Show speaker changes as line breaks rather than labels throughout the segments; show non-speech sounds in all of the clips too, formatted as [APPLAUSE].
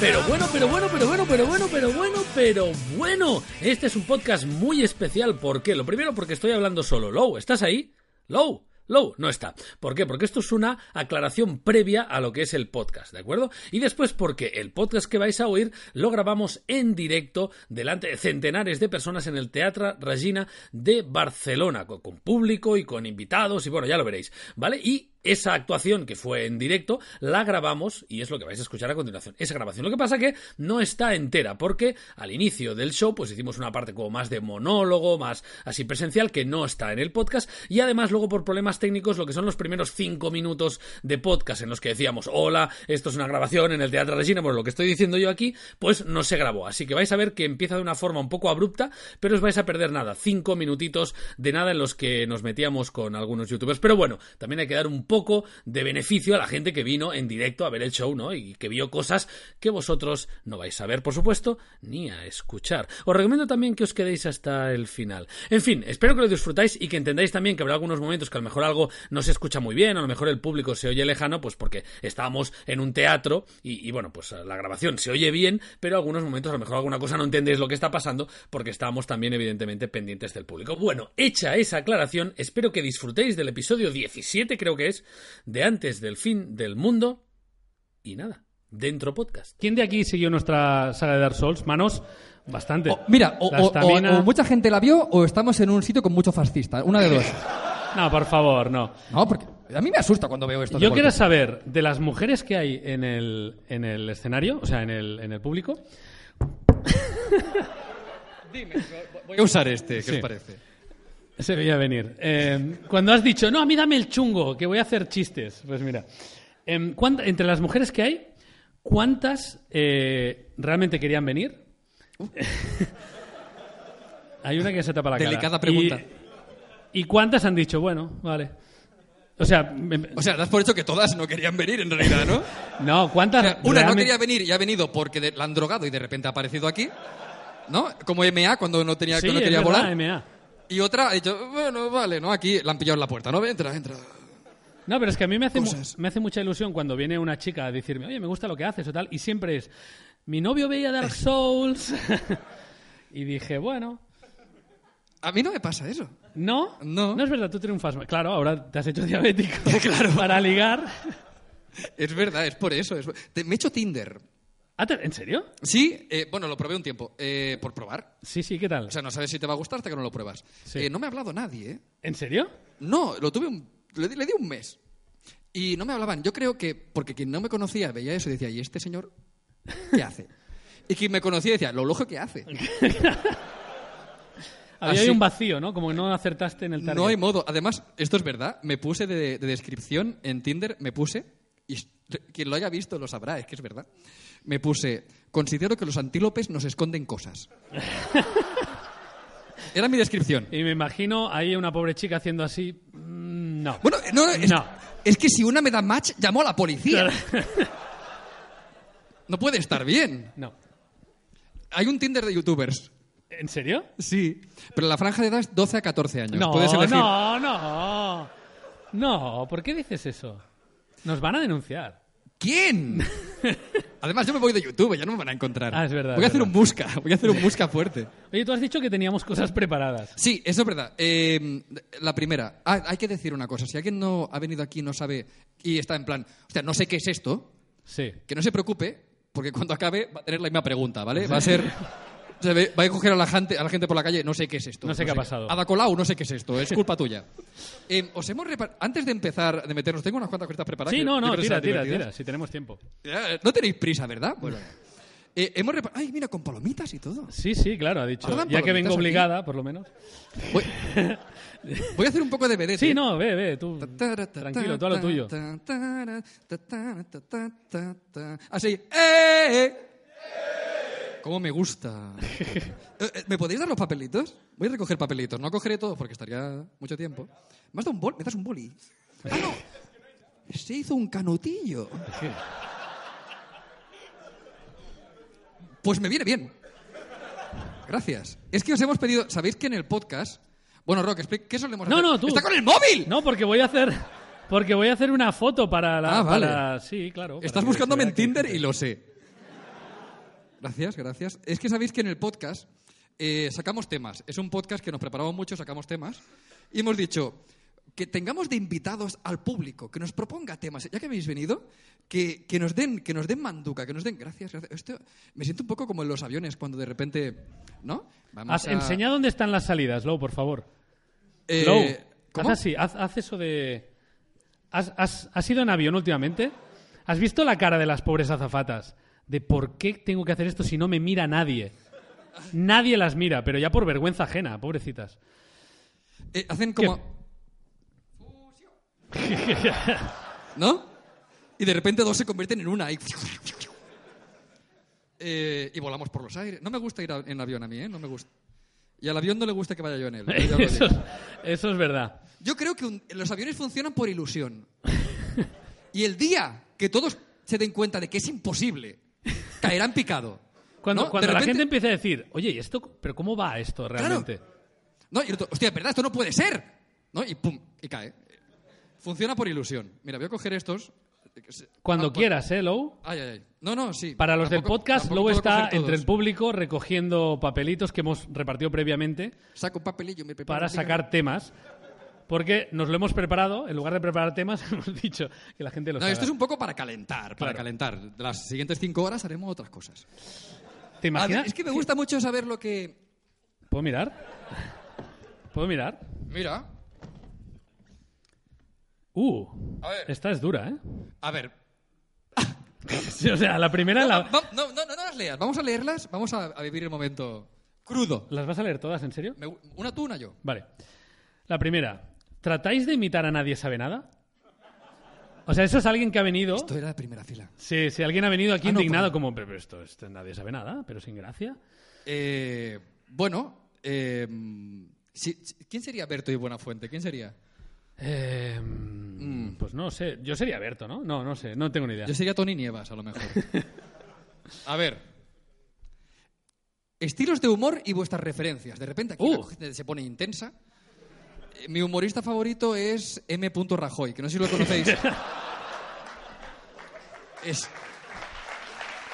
Pero bueno, pero bueno, pero bueno, pero bueno, pero bueno, pero bueno. Este es un podcast muy especial. ¿Por qué? Lo primero porque estoy hablando solo. Low, ¿estás ahí? Low. Low no está. ¿Por qué? Porque esto es una aclaración previa a lo que es el podcast, ¿de acuerdo? Y después porque el podcast que vais a oír lo grabamos en directo delante de centenares de personas en el Teatro Regina de Barcelona, con, con público y con invitados y bueno, ya lo veréis, ¿vale? Y esa actuación que fue en directo la grabamos y es lo que vais a escuchar a continuación esa grabación lo que pasa que no está entera porque al inicio del show pues hicimos una parte como más de monólogo más así presencial que no está en el podcast y además luego por problemas técnicos lo que son los primeros cinco minutos de podcast en los que decíamos hola esto es una grabación en el teatro Regina bueno lo que estoy diciendo yo aquí pues no se grabó así que vais a ver que empieza de una forma un poco abrupta pero os vais a perder nada cinco minutitos de nada en los que nos metíamos con algunos youtubers pero bueno también hay que dar un poco de beneficio a la gente que vino en directo a ver el show, ¿no? Y que vio cosas que vosotros no vais a ver, por supuesto, ni a escuchar. Os recomiendo también que os quedéis hasta el final. En fin, espero que lo disfrutáis y que entendáis también que habrá algunos momentos que a lo mejor algo no se escucha muy bien, a lo mejor el público se oye lejano, pues porque estábamos en un teatro y, y bueno, pues la grabación se oye bien, pero algunos momentos a lo mejor alguna cosa no entendéis lo que está pasando porque estábamos también evidentemente pendientes del público. Bueno, hecha esa aclaración, espero que disfrutéis del episodio 17, creo que es, de antes del fin del mundo y nada, dentro podcast.
¿Quién de aquí siguió nuestra saga de Dark Souls? Manos, bastante.
Oh,
O- mira, o,
La
o- o-
estamina-
o mucha gente la vio o estamos en un sitio con muchos fascistas. Una de dos.
No, por favor, no.
No, porque a mí me asusta cuando veo esto. de
Yo
golpe.
quiero saber, de las mujeres que hay en el, en el escenario, o sea, en el, en el público,
Voy a usar este, ¿qué os parece?
se veía venir. Eh, cuando has dicho, no, a mí dame el chungo, que voy a hacer chistes. Pues mira, em, ¿cuánt- entre las mujeres que hay, ¿cuántas eh, realmente querían venir? [LAUGHS] hay una que se tapa la
Delicada
cara.
pregunta.
Y, ¿Y cuántas han dicho, bueno, vale? O sea, em, me-
O sea, das por hecho que todas no querían venir en realidad, ¿no?
no,
O
¿cuántas?
sea, una no
realmente-
quería venir y ha venido porque de- la han drogado y de repente ha aparecido aquí, ¿no? Como MA cuando no, tenía,
Sí,
que no
es
quería
verdad,
volar.
MA.
Y otra ha dicho, bueno, vale, ¿no? Aquí la han pillado en la puerta, ¿no? Entra, entra.
No, pero es que a mí me hace, mu-
Cosas.
me hace mucha ilusión cuando viene una chica a decirme, oye, me gusta lo que haces o tal, y siempre es, mi novio veía Dark Souls. [LAUGHS] y dije, bueno,
A mí no me pasa eso.
no,
No.
es verdad, tú triunfas. más". Claro, ahora te has hecho
[LAUGHS]
diabético para ligar.
Es verdad, es por eso. es por- Te- Me he hecho Tinder.
Ah, te- ¿En serio?
Sí, eh, bueno, lo probé un tiempo, eh, por probar.
Sí, sí, ¿qué tal?
O sea, no sabes si te va a gustar hasta que no lo pruebas.
Sí.
Eh, no me ha hablado nadie, ¿eh?
¿En serio?
No, lo tuve un, le, di- le di un mes. Y no me hablaban. Yo creo que porque quien no me conocía veía eso y decía, ¿y este señor qué hace? Y quien me conocía decía, lo loco que hace.
Había
Así-
ahí un vacío, ¿no? Como que no acertaste en el target.
ah, No hay modo. Además, esto es verdad. Me puse de, de descripción en Tinder, me puse, y s- quien lo haya visto lo sabrá, es que es verdad. Me puse, considero que los antílopes nos esconden cosas. Era mi descripción.
Y me imagino ahí una pobre chica haciendo así, "Mm, no.
Bueno, no, no, es,
No.
es que si una me da match, llamo a la policía. No puede estar bien.
no.
Hay un Tinder de youtubers.
¿En serio?
Sí. Pero la franja de edad es 12 a 14 años.
No,
Puedes elegir.
no, no. No, ¿por qué dices eso? Nos van a denunciar. [LAUGHS]
¿Quién? Además, yo me voy de YouTube, ya no me van a encontrar.
Ah, es verdad,
Voy a
es
hacer
verdad.
un busca, voy a hacer un busca fuerte.
Oye, tú has dicho que teníamos cosas preparadas.
Sí, eso es verdad. Eh, la primera, Ah, hay que decir una cosa. Si alguien no ha venido aquí y no sabe y está en plan, o sea, no sé qué es esto,
Sí.
que no se preocupe, porque cuando acabe va a tener la misma pregunta, ¿vale? Va a ser. se ve- va a coger a la, gente, a la gente por la calle, no sé qué es esto.
No sé qué ha pasado.
Ada Colau, no sé qué es esto, es culpa tuya. Eh, os hemos repar- Antes de empezar, de meternos, tengo unas cuantas cositas preparadas.
Sí,
que
no,
yo
no,
creo que
tira,
serán
tira,
divertidas.
tira, si tenemos tiempo.
Eh, No tenéis prisa, ¿verdad? Bueno. Eh, hemos repar- Ay, mira, con palomitas y todo.
Sí, sí, claro, ha dicho.
Ahora dan
Ya que vengo
palomitas
obligada, por lo menos.
Voy, voy a hacer un poco de vedette.
Sí,
eh.
no, ve, ve, tú. Tranquilo, tú a lo tuyo.
Así. ¡Eh! ¿Cómo
[LAUGHS]
me gusta? Eh, eh, ¿Me podéis dar los papelitos? Voy a recoger papelitos. No cogeré todos porque estaría mucho tiempo. ¿Me has dado un bol? ¿Me das un boli? ¡Ah, no! Se hizo un canutillo. Pues me viene bien. Gracias. Es que os hemos pedido... ¿Sabéis que en el podcast... Bueno, Rock, explica... ¿Qué solemos
No,
hacer?
no, tú.
¡Está con el móvil!
No, porque voy a hacer. Porque voy a hacer una foto para la.
Ah, vale.
para- Sí, claro. para
Estás
que se
buscándome
vea
en
que-
Tinder y lo sé. Gracias, gracias. Es que sabéis que en el podcast eh, sacamos temas. Es un podcast que nos preparamos mucho, sacamos temas. Y hemos dicho que tengamos de invitados al público, que nos proponga temas. Ya que habéis venido, que, que nos, den, que nos den manduca, que nos den gracias. gracias. Esto, me siento un poco como en los aviones cuando de repente... ¿No? Vamos
Has-
a-
Enseña dónde están las salidas, Low, por favor.
Eh,
Low,
¿cómo?
haz así, haz, haz eso de... ¿Has, has, has ido en avión últimamente? ¿Has visto la cara de las pobres azafatas? De por qué tengo que hacer esto si no me mira nadie. Nadie las mira, pero ya por vergüenza ajena, pobrecitas.
[LAUGHS] Eh, hacen como... [LAUGHS] ¿No? Y de repente dos se convierten en una. Y, Eh, y volamos por los aires. No me gusta ir a- en avión a mí, ¿eh? No me gusta. Y al avión no le gusta que vaya
[LAUGHS]
yo en él. Pues ya os lo digo.
Eso es, eso es verdad.
Yo creo que un- los aviones funcionan por ilusión. Y el día que todos se den cuenta de que es imposible, caerán picado.
Cuando,
¿No? De
cuando la
repente-
gente empieza a decir, oye, ¿y esto? ¿Pero cómo va esto realmente?
No, y el otro, hostia, ¿verdad? Esto no puede ser. ¿No? Y pum, y cae. Funciona por ilusión. Mira, voy a coger estos.
Cuando
Ah, por-
quieras, ¿eh, Low?
Ay, ay, ay. No, no, sí.
Para los del
Tampoco-
podcast,
tampoco
Lobo
puedo
está
coger
entre el
todos.
público recogiendo papelitos que hemos repartido previamente
Saco un papelillo. me preparo
para
un
sacar temas. Porque nos lo hemos preparado, en lugar de preparar temas, [LAUGHS] hemos dicho que la gente los
No, esto
haga.
es un poco para calentar, para
Claro.
calentar. Las siguientes cinco horas haremos otras cosas.
¿Te
A ver,
imaginas?
es que me gusta mucho saber lo que...
¿Puedo mirar? ¿Puedo mirar?
Mira,
Uh,
A ver.
esta es dura, ¿eh? [LAUGHS]
a ver.
Sí, o sea, la primera la-
Va- no, no, no, no las leas. Vamos a leerlas, vamos a, a vivir el momento crudo.
¿Las vas a leer todas, en serio?
Me gu- una tú, una yo.
Vale. La primera. ¿Tratáis de imitar a nadie sabe nada? O sea, eso es alguien que ha venido...
Esto era la primera fila.
Si, si alguien ha venido aquí
Ah, no,
indignado
perdón.
como, pero esto, esto nadie sabe nada, pero sin gracia.
Eh, bueno, eh, si- si- ¿quién sería Berto y Buenafuente? ¿Quién sería?
Eh, Pues no sé, yo sería Berto, ¿no? No, no sé, no tengo ni idea.
Mm. Yo sería Tony Nievas, a
[LAUGHS]
lo mejor. a ver. Estilos de humor y vuestras referencias. De repente aquí
Uh.
la cosa se pone intensa. Eh, Mi humorista favorito es M. Rajoy, que no sé si lo
[LAUGHS]
conocéis. es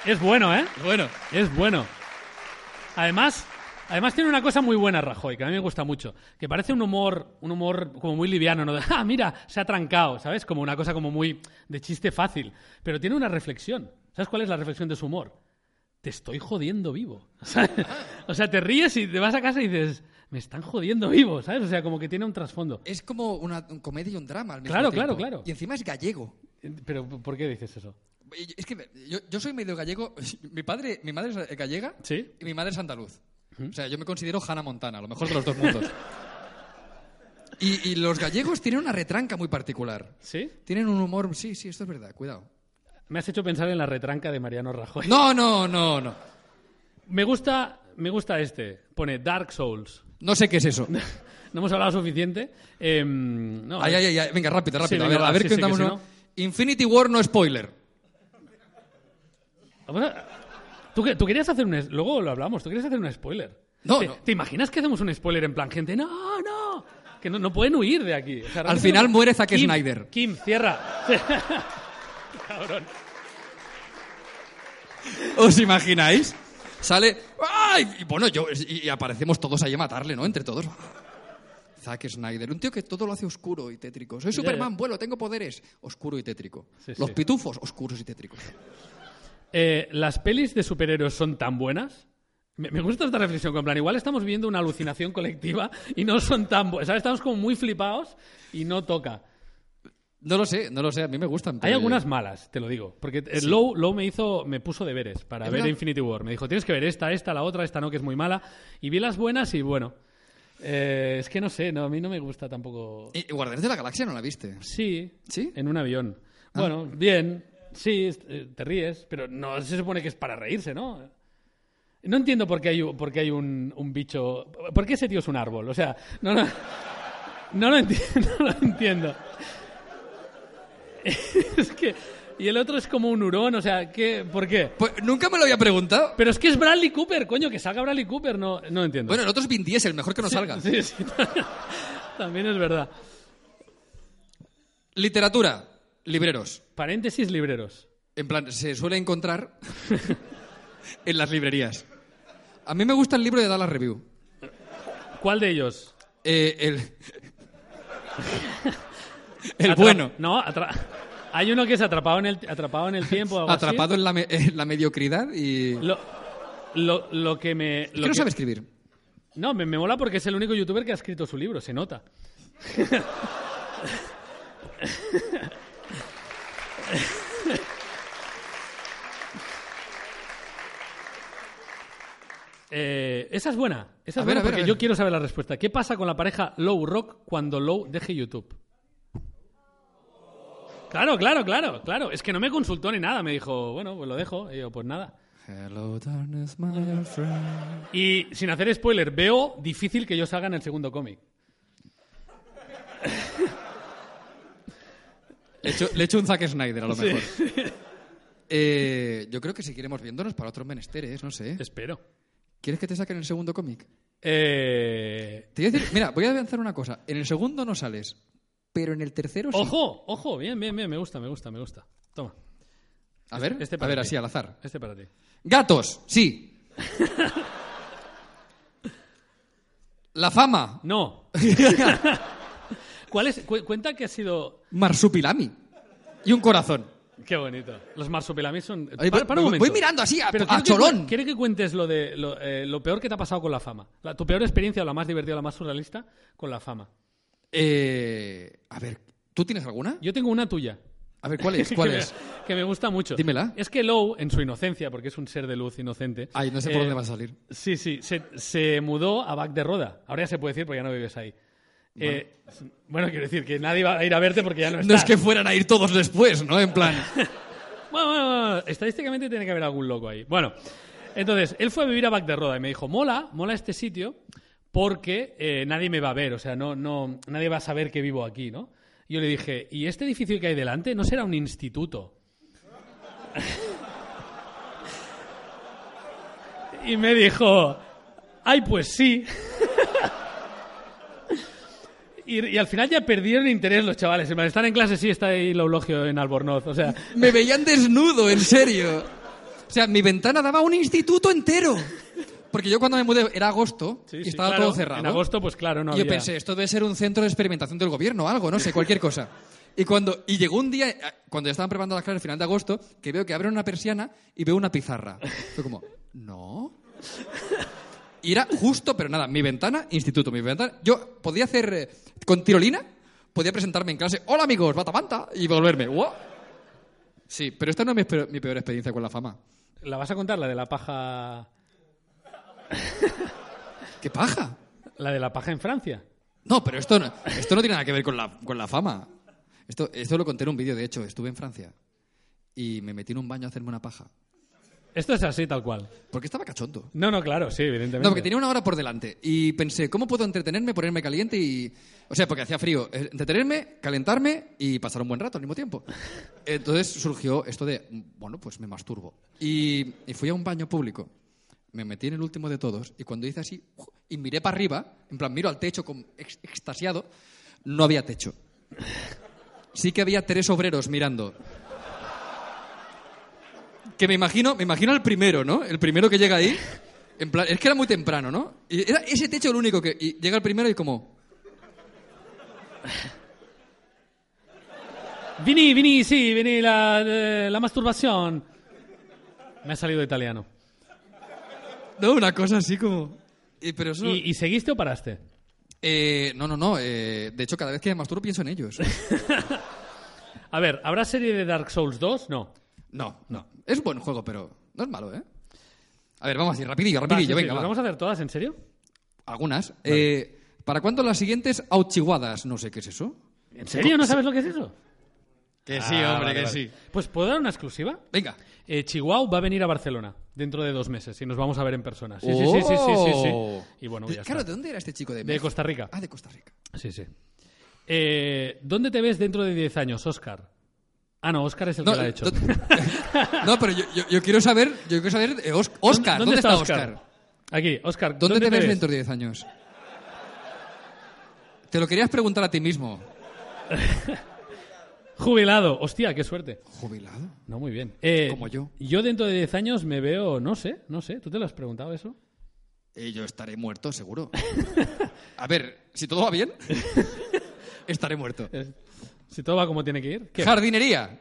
Es bueno, ¿eh?
bueno.
Es bueno. Además, además tiene una cosa muy buena Rajoy, que a mí me gusta mucho, que parece un humor, un humor como muy liviano, ¿no? [LAUGHS] De, ah, mira, se ha trancado, ¿sabes? Como una cosa como muy de chiste fácil, pero tiene una reflexión. ¿Sabes cuál es la reflexión de su humor? Te estoy jodiendo vivo. [LAUGHS] ¿sabes? o sea, te ríes y te vas a casa y dices, me están jodiendo vivo, ¿sabes? O sea, como que tiene un trasfondo.
Es como una un comedia y un drama al mismo
Claro,
tiempo.
claro, claro.
Y encima es gallego.
Pero ¿por qué dices eso?
Y- Es que me- yo, yo soy medio gallego. [LAUGHS] Mi padre, mi madre es gallega
Sí.
y mi madre es andaluz. O sea, yo me considero Hannah Montana, lo mejor de los dos mundos.
[LAUGHS]
y, y los gallegos tienen una retranca muy particular.
¿Sí?
Tienen un humor. Sí, sí, esto es
[LAUGHS]
verdad, cuidado.
Me has hecho pensar en la retranca de Mariano Rajoy.
No, no, no, no.
Me gusta, me gusta este. Pone Dark Souls.
No sé qué
[LAUGHS]
es eso.
No hemos hablado suficiente. Em, no,
Ay, ay, ay, ay, Venga, rápido, rápido.
Sí,
a
venga,
ver,
va,
a ver
sí,
qué
sí, que
estamos.
si
¿no?
no-
Infinity War no spoiler.
Vamos a- ¿Tú, que- tú querías hacer un... es- Luego lo hablamos. Tú querías hacer un spoiler.
No,
¿Te,
no.
te imaginas que hacemos un spoiler en plan gente? No, no. Que no, no pueden huir de aquí. O sea,
Al
realmente
final
no-
muere Zack
Kim,
Snyder.
Kim, cierra. Cabrón.
¿Os imagináis? Sale. ¡Ay! Y bueno, yo. Y, y aparecemos todos ahí a matarle, ¿no? Entre todos. Zack Snyder, un tío que todo lo hace oscuro y tétrico. Soy
Ya,
Superman,
ya.
vuelo, tengo poderes. Oscuro y tétrico.
Sí,
Los
sí.
pitufos, oscuros y tétricos.
Eh, ¿Las pelis de superhéroes son tan buenas? Me, me gusta esta reflexión, con plan, igual estamos viviendo una alucinación colectiva y no son tan buenas. ¿Sabes? Estamos como muy flipados y no toca.
No lo sé, no lo sé, a mí me gustan.
Hay
pero-
algunas malas, te lo digo. Porque eh, Low, Low me hizo, me puso deberes para
¿Es
ver
verdad?
Infinity War. Me dijo, tienes que ver esta, esta, la otra, esta no, que es muy mala. Y vi las buenas y bueno. eh, es que no sé, no, a mí no me gusta tampoco.
Y, y Guardianes de la Galaxia no la viste.
Sí,
¿Sí? Ah.
en un avión. Bueno, bien, sí, es- eh, te ríes, pero no se supone que es para reírse, ¿no? No entiendo por qué hay, u- por qué hay un, un bicho. ¿Por qué ese tío es un árbol? O sea, no, no, no lo entiendo. [LAUGHS] No lo entiendo. es que. Y el otro es como un hurón, o sea, ¿qué, ¿por qué?
Pues nunca me lo había preguntado.
Pero es que es Bradley Cooper, coño, que salga Bradley Cooper, no, no entiendo.
Bueno, el otro es Vin Diesel, mejor que no
[LAUGHS]
salga.
Sí, sí, también es verdad.
Literatura, libreros.
Paréntesis libreros. [LAUGHS]
En plan, se suele encontrar en las librerías. A mí me gusta el libro de Dallas Review.
¿Cuál de ellos?
Eh,
[LAUGHS]
el el
Atra-
bueno.
No, atra- hay uno que es atrapado en el, atrapado en el tiempo. o algo así.
Atrapado en la, me- en la mediocridad y...
Lo, lo- lo que me.
Es que
lo
no
que-
sabe escribir.
No, me, me mola porque es el único youtuber que ha escrito su libro, se nota. [LAUGHS] Eh, esa es buena. Esa
A
es
ver,
buena
a ver,
porque
a ver.
yo quiero saber la respuesta. ¿Qué pasa con la pareja Low Rock cuando Low deje YouTube? Claro, claro, claro, claro. Es que no me consultó ni nada. Me dijo, bueno, pues lo dejo. Y yo, pues nada.
Hello, darkness, my friend.
Y sin hacer spoiler, veo difícil que ellos hagan el segundo cómic.
Le echo, le echo un Zack Snyder, a lo mejor.
[LAUGHS]
Eh, yo creo que seguiremos viéndonos para otros menesteres, no sé.
Espero.
¿Quieres que te saquen el segundo cómic?
Eh,
Te voy a decir, mira, voy a avanzar una cosa. En el segundo no sales, pero en el tercero sí.
Ojo, ojo, bien, bien, bien, me gusta, me gusta, me gusta. Toma,
A ver,
Este
a
para
ver,
ti.
así al azar.
este para ti.
Gatos,
[LAUGHS]
sí. La fama, [LAUGHS]
No. ¿Cuál es? cu- cuenta que ha sido.
marsupilami y un corazón.
Qué bonito. Los marsupilamis son.
Oye,
para,
voy-
para un
voy-
momento.
voy mirando así, a- a
quiero que cu-
cholón.
Quiero que cuentes lo de lo, eh, lo peor que te ha pasado con la fama. La- tu peor experiencia, o la más divertida, o la más surrealista, con la fama.
Eh, a ver, ¿tú tienes alguna?
Yo tengo una tuya.
A ver, ¿cuál es?
[LAUGHS]
¿Cuál
que
es?
Me, que me gusta mucho.
Dímela.
Es que Lowe, en su inocencia, porque es un ser de luz inocente.
Ay, no sé por
eh,
dónde va a salir.
Sí, sí, se, se mudó a Bac de Roda. Ahora ya se puede decir porque ya no vives ahí. Eh, Bueno, quiero decir que nadie va a ir a verte porque ya no estás.
No es que fueran a ir todos después, ¿no? En plan,
Bueno, bueno, bueno, estadísticamente tiene que haber algún loco ahí. Bueno, entonces, él fue a vivir a Bac de Roda y me dijo, mola, mola este sitio porque eh, nadie me va a ver, o sea, no, no, nadie va a saber que vivo aquí, ¿no? Y yo le dije, ¿y este edificio que hay delante no será un instituto? [LAUGHS] y me dijo, ay, pues sí. [LAUGHS] Y, y al final ya perdieron interés los chavales. En plan, Están en clase, sí, está ahí el eulogio en Albornoz. O sea,
me veían desnudo, en serio. O sea, mi ventana daba un instituto entero. Porque yo cuando me mudé era agosto
Sí,
y
sí,
estaba
claro.
todo cerrado.
En agosto, pues claro, no
y yo
había-
pensé, esto debe ser un centro de experimentación del gobierno o algo, no sé, cualquier cosa. Y cuando y llegó un día, eh, cuando ya estaban preparando las clases al final de agosto, que veo que abren una persiana y veo una pizarra. Fue como, ¿no? Y era justo, pero nada, mi ventana, instituto, mi ventana. Yo podía hacer, eh, con tirolina, podía presentarme en clase, hola amigos, batamanta, y volverme, wow. Sí, pero esta no es mi, espe- mi peor experiencia con la fama.
¿La vas a contar la de la paja,
¡Qué paja!
la de la paja en Francia?
No, pero esto no, esto no tiene nada que ver con la, con la fama. Esto, esto lo conté en un vídeo, de hecho. Estuve en Francia y me metí en un baño a hacerme una paja.
Esto es así, tal cual.
Porque estaba cachondo.
No, no, claro, sí, evidentemente.
No, porque tenía una hora por delante. Y pensé, ¿cómo puedo entretenerme, ponerme caliente y... O sea, porque hacía frío. Eh, Entretenerme, calentarme y pasar un buen rato al mismo tiempo. Entonces surgió esto de, bueno, pues me masturbo. Y, y fui a un baño público. Me metí en el último de todos y cuando hice así ¡ju! y miré para arriba, en plan miro al techo como ex- extasiado, no había techo. Sí que había tres obreros mirando. Que me imagino, me imagino al primero, ¿no? El primero que llega ahí. En plan, es que era muy temprano, ¿no? Y era ese techo el único que. Y llega el primero y como.
Vini, vini, sí, vini, la, eh, la masturbación. Me ha salido italiano.
No, una cosa así como. Y, pero eso.
¿Y, y seguiste o paraste?
Eh, no, no, no. eh, de hecho, cada vez que me masturo pienso
[LAUGHS]
en ellos.
A ver, ¿habrá serie de Dark Souls 2? No.
No, no. Es buen juego, pero no es malo, ¿eh? A ver, vamos así, rapidillo,
Va, sí,
rapidillo,
sí,
venga.
¿Las
va.
vamos a hacer todas, en serio?
Algunas. Eh, ¿Para cuándo las siguientes auchiguadas? No sé qué es eso.
¿En serio? ¿No sabes lo que es eso?
Que
Ah, vale, vale. Pues ¿puedo dar una exclusiva?
Venga.
Eh, Chihuahua va a venir a Barcelona dentro de dos meses y nos vamos a ver en persona. Sí,
Oh.
sí, sí, sí, sí, sí, sí. Y bueno,
De-
ya
claro,
está.
¿de dónde era este chico? De,
De
México?
Costa Rica.
Ah, de Costa Rica.
Sí, sí. Eh, ¿Dónde te ves dentro de 10 años, Oscar? Ah, no, Oscar es el que la ha hecho.
no- [LAUGHS] no, pero yo, yo- yo quiero saber, yo quiero saber eh, Os- Oscar, ¿dónde, está Oscar?
Aquí, Oscar.
¿Dónde, te, ves dentro de 10 años? Te lo querías preguntar a ti mismo.
Jubilado. Hostia, qué suerte.
¿Jubilado?
No, muy bien. Eh,
Como yo.
Yo dentro de 10 años me veo, no sé, no sé. ¿Tú te lo has preguntado eso?
Y Eh, yo estaré muerto, seguro. [LAUGHS] A ver, si todo va bien, [LAUGHS] estaré muerto.
Es- Si todo va como tiene que ir. ¿qué?
Jardinería.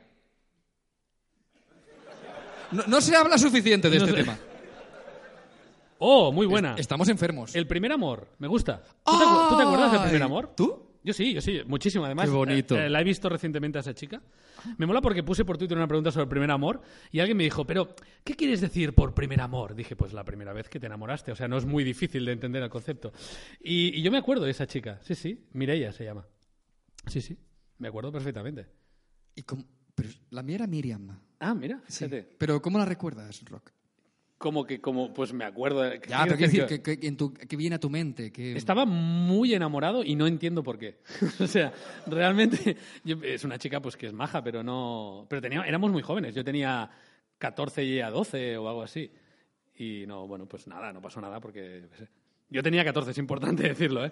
No, no se habla suficiente de
No
este
sé.
tema.
Oh, muy [LAUGHS] buena.
Estamos enfermos.
El primer amor, me gusta. ¿Tú, te, acu- tú te acuerdas del primer
Ay,
amor?
¿tú?
Yo sí, yo sí, muchísimo además.
Qué bonito.
eh, eh, la he visto recientemente a esa chica. Me mola porque puse por Twitter una pregunta sobre el primer amor y alguien me dijo, pero, ¿qué quieres decir por primer amor? Dije, pues la primera vez que te enamoraste. O sea, no es muy difícil de entender el concepto. Y, y yo me acuerdo de esa chica, sí, sí, Mireia se llama. Sí, sí, me acuerdo perfectamente.
¿Y cómo- Pero la mía era Miriam.
Ah, mira,
Sí.
fíjate.
Pero ¿cómo la recuerdas, Rock?
Como que, como, pues me acuerdo. de- [LAUGHS]
Ya, pero quiero decir, que, que en tu- que viene a tu mente. Que...
Estaba muy enamorado y no entiendo por qué. [LAUGHS] o sea, realmente yo- es una chica pues que es maja, pero no, pero tenía, éramos muy jóvenes. Yo tenía 14 y a 12 o algo así. Y no, bueno, pues nada, no pasó nada porque yo qué sé. yo tenía 14, es importante [LAUGHS] decirlo, ¿eh?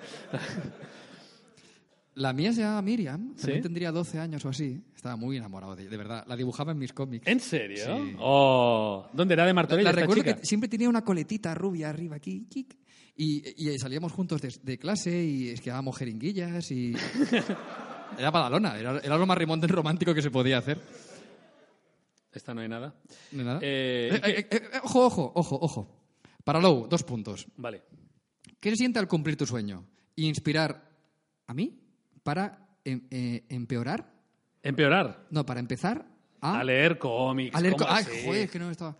La mía se llama Miriam, también
¿Sí?
tendría 12 años o así. Estaba muy enamorado de, de verdad. La dibujaba en mis cómics.
¿En serio?
Sí.
Oh, ¿dónde era de Martorell
La
esta
recuerdo
chica?
que siempre tenía una coletita rubia arriba aquí, kic, y, y salíamos juntos de, de clase y esquiábamos jeringuillas
[LAUGHS]
y... era Badalona, era, era lo más remonte romántico que se podía hacer.
Esta no hay nada.
¿No es nada?
Eh,
Eh, eh, eh, eh, ojo, ojo, ojo, ojo. Para Lou, dos puntos.
Vale.
¿Qué se siente al cumplir tu sueño? ¿Inspirar a mí para em- eh, empeorar?
Empeorar.
No, para empezar a...
A leer cómics.
Ah. a leer
¿cómo
co- Ay,
así?
joder, es que no estaba...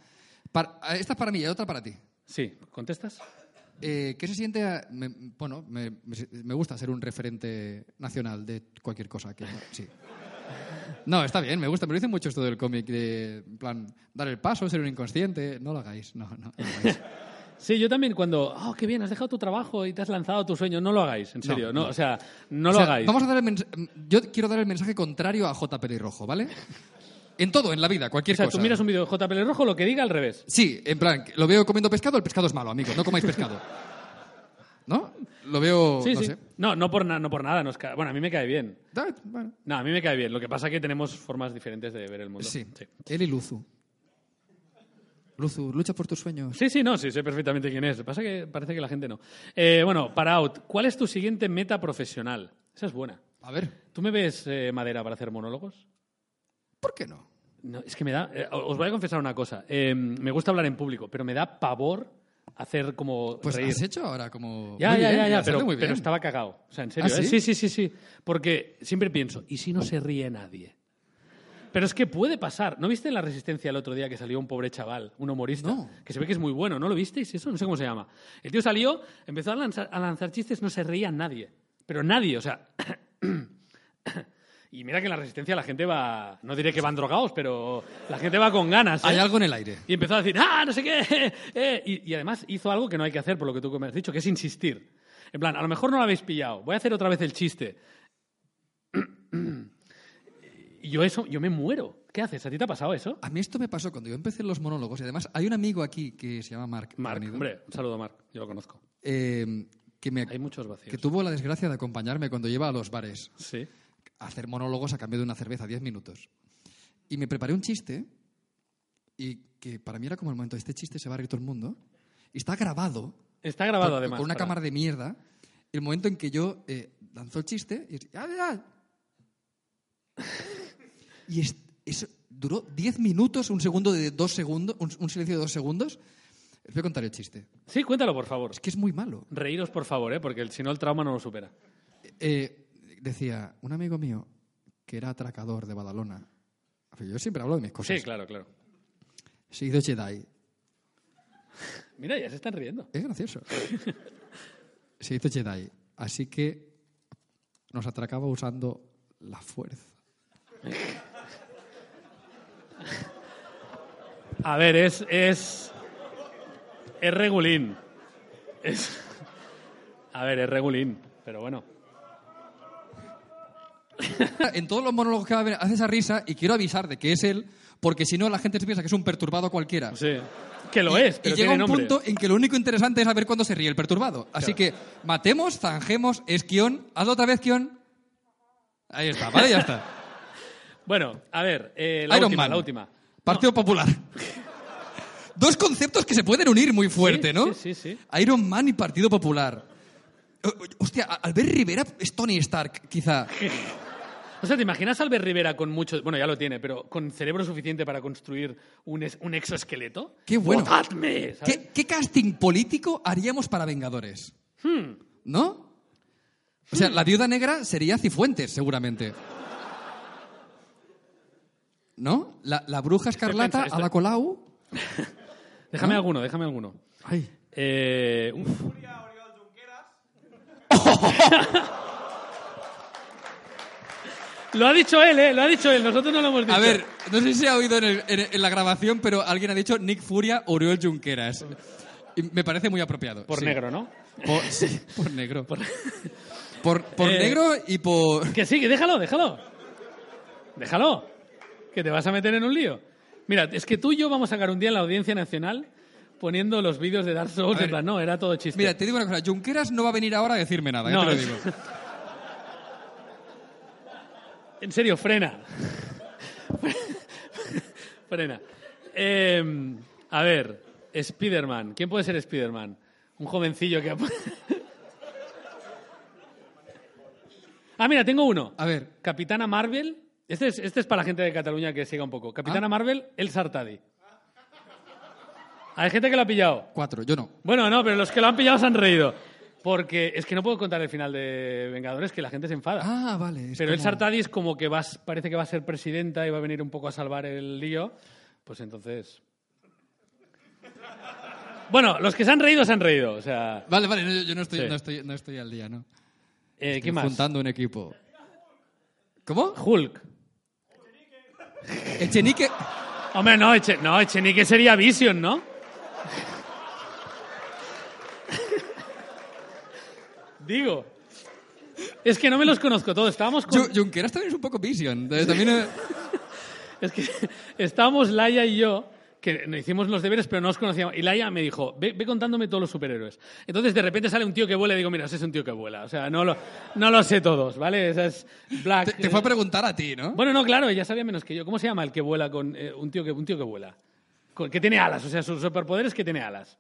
Para- esta es para mí y la otra para ti.
Sí, ¿contestas?
Eh, ¿Qué se siente? a- me- bueno, me, me- me gusta ser un referente nacional de cualquier cosa. Que, sí. No, está bien, me gusta. Me lo dicen mucho esto del cómic de, en plan, dar el paso, ser un inconsciente. No lo hagáis, no, no, no lo hagáis.
Sí, yo también cuando, oh, qué bien, has dejado tu trabajo y te has lanzado a tu sueño, no lo hagáis, en
No,
serio, no,
no.
o sea, [LAUGHS] no
O
lo
sea,
hagáis.
Vamos a dar el mens- Yo quiero dar el mensaje contrario a J. Pelirrojo, ¿vale? En todo, en la vida, cualquier
o sea,
cosa.
tú miras un vídeo de JPL Rojo, lo que diga al revés.
Sí, en plan, lo veo comiendo pescado, el pescado es malo, amigo, no comáis pescado. ¿No? Lo veo,
Sí,
no
sí.
sé.
No, no por, na- no por nada, nos ca- bueno, a mí me cae bien.
Da- bueno,
No, a mí me cae bien, lo que pasa es que tenemos formas diferentes de ver el mundo.
Sí.
sí.
Él y Luzu. Luzu, lucha por tus sueños.
Sí, sí, no, sí, sé perfectamente quién es. Lo que pasa es que parece que la gente no. Eh, bueno, para out, ¿cuál es tu siguiente meta profesional? Esa es buena.
A ver,
¿Tú me ves eh, madera para hacer monólogos?
¿por qué no?
No, es que me da. eh, os voy a confesar una cosa. Eh, me gusta hablar en público, pero me da pavor hacer como.
Pues
reír.
has hecho ahora como...
Ya,
Muy
ya,
bien,
ya, ya,
sale
pero,
muy bien.
pero estaba cagado. O sea, en serio.
¿Ah,
¿eh? sí,
sí?
sí, sí, sí. Porque siempre pienso, ¿y si no se ríe nadie? Pero es que puede pasar. ¿No viste en la resistencia el otro día que salió un pobre chaval, un humorista,
No.
que se ve que es muy bueno? ¿No lo visteis eso? No sé cómo se llama. El tío salió, empezó a lanzar, a lanzar chistes, no se reía nadie. Pero nadie, o sea. [COUGHS] y mira que en la resistencia la gente va. No diré que van drogados, pero la gente va con ganas. ¿eh?
Hay algo en el aire.
Y empezó a decir, ¡ah, no sé qué! [LAUGHS] eh, eh". Y, y además hizo algo que no hay que hacer, por lo que tú me has dicho, que es insistir. En plan, a lo mejor no lo habéis pillado, voy a hacer otra vez el chiste. [CLEARS THROAT] Y yo eso, yo me muero. ¿Qué haces? ¿A ti te ha pasado eso?
A mí esto me pasó cuando yo empecé los monólogos y además hay un amigo aquí que se llama Mark.
Marc,
Garnido,
hombre, un saludo a Marc, yo lo conozco.
eh, que, me,
Hay muchos vacíos.
que tuvo la desgracia de acompañarme cuando lleva a los bares
Sí.
a hacer monólogos a cambio de una cerveza, 10 minutos. Y me preparé un chiste y que para mí era como el momento, este chiste se va a reír todo el mundo. Y está grabado
Está grabado
con-
además.
Con una
para-
cámara de mierda. El momento en que yo eh, lanzó el chiste y, es- ¡Ah, ah! Y es- eso duró 10 minutos, un segundo de dos segundos, un, un silencio de dos segundos. Les voy a contar el chiste.
Sí, cuéntalo, por favor.
Es que es muy malo.
Reíros, por favor, ¿eh? porque el- si no el trauma no lo supera.
Eh, decía un amigo mío que era atracador de Badalona. A ver, Yo siempre hablo de mis cosas.
Sí, claro, claro.
Se hizo Jedi.
Mira, ya se están riendo. [LAUGHS]
Es gracioso. Se hizo Jedi. Así que nos atracaba usando la fuerza.
A ver, es. Es. Es regulín. Es. A ver, es regulín. Pero bueno.
En todos los monólogos que va a haber, hace esa risa y quiero avisar de que es él, porque si no la gente se piensa que es un perturbado cualquiera.
Sí. Que lo es, pero
y llega
tiene
un
nombre.
punto en que lo único interesante es saber cuándo se ríe el perturbado. Así que matemos, zanjemos, es guión, hazlo otra vez guión. Ahí está, vale, ya está.
Bueno, a ver, eh, la
Iron
última,
Man.
la última.
Partido Popular. Dos conceptos que se pueden unir muy fuerte,
Sí,
¿no?
sí, sí,
Iron Man y Partido Popular. Eh, eh, Hostia, a- Albert Rivera es Tony Stark, quizá.
O sea, ¿te imaginas a Albert Rivera con mucho... Bueno, ya lo tiene, pero con cerebro suficiente para construir un, es- un exoesqueleto?
Qué bueno.
¡Votadme! ¿sabes?
¿Qué, qué casting político haríamos para Vengadores?
Hmm.
¿No? O sea, la viuda negra sería Cifuentes, seguramente. ¿No? La, la bruja
Este
escarlata
piensa,
a la Colau.
Déjame
¿No?
alguno, déjame alguno.
Ay.
Eh,
[LAUGHS]
uf, Lo ha dicho él, ¿eh? Lo ha dicho él. Nosotros no lo hemos dicho.
A ver, no sé si se ha oído en, el- en- en la grabación, pero alguien ha dicho Nick Furia, Oriol Junqueras. Y me parece muy apropiado.
Por
sí.
negro, ¿no?
Por, sí, por negro. Por, por
Eh.
negro y por...
Que sí, que déjalo, déjalo. Déjalo. Que te vas a meter en un lío. Mira, es que tú y yo vamos a sacar un día en la Audiencia Nacional poniendo los vídeos de Dark Souls.
A ver.
En plan, no, era todo chiste.
Mira, te digo una cosa, Junqueras no va a venir ahora a decirme nada, ya
No,
te lo
es-
digo.
En serio, frena. frena. Eh, a ver, Spider-Man. ¿Quién puede ser Spider-Man? Un jovencillo que... ap- [LAUGHS] ah, mira, tengo uno.
A ver.
Capitana Marvel. Este es, este es para la gente de Cataluña que siga un poco. Capitana
Ah.
Marvel, El Sartadi. Hay gente que lo ha pillado.
Cuatro, yo no.
Bueno, no, pero los que lo han pillado se han reído. Porque es que no puedo contar el final de Vengadores, que la gente se enfada.
Ah, vale. es
Pero el
como-
Sartadi es como que vas, parece que va a ser presidenta y va a venir un poco a salvar el lío. Pues entonces. Bueno, los que se han reído, se han reído. O sea,
Vale, vale, no, yo no estoy,
Sí.
no, estoy, no estoy al día, ¿no?
eh,
Estoy
¿qué más?
Juntando un equipo. ¿Cómo?
Hulk.
Echenique...
Hombre, no, Eche, no, Echenique sería Vision, ¿no? [LAUGHS] Digo. Es que no me los conozco todos. Estábamos con.
Ju- Junqueras también es un poco Vision. eh, También... eh,
Es que [LAUGHS] estábamos Laia y yo, que nos hicimos los deberes, pero no nos conocíamos. Y Laia me dijo, ve, ve contándome todos los superhéroes. Entonces, de repente sale un tío que vuela y digo, mira, ese es un tío que vuela. O sea, no lo, no lo sé todos, ¿vale? Esa es Black. eh,
Te, te fue a preguntar a ti, ¿no?
Bueno, no, claro, ella sabía menos que yo. ¿Cómo se llama el que vuela con eh, un, tío que, un tío que vuela? Con- que tiene alas, o sea, su superpoder es que tiene alas.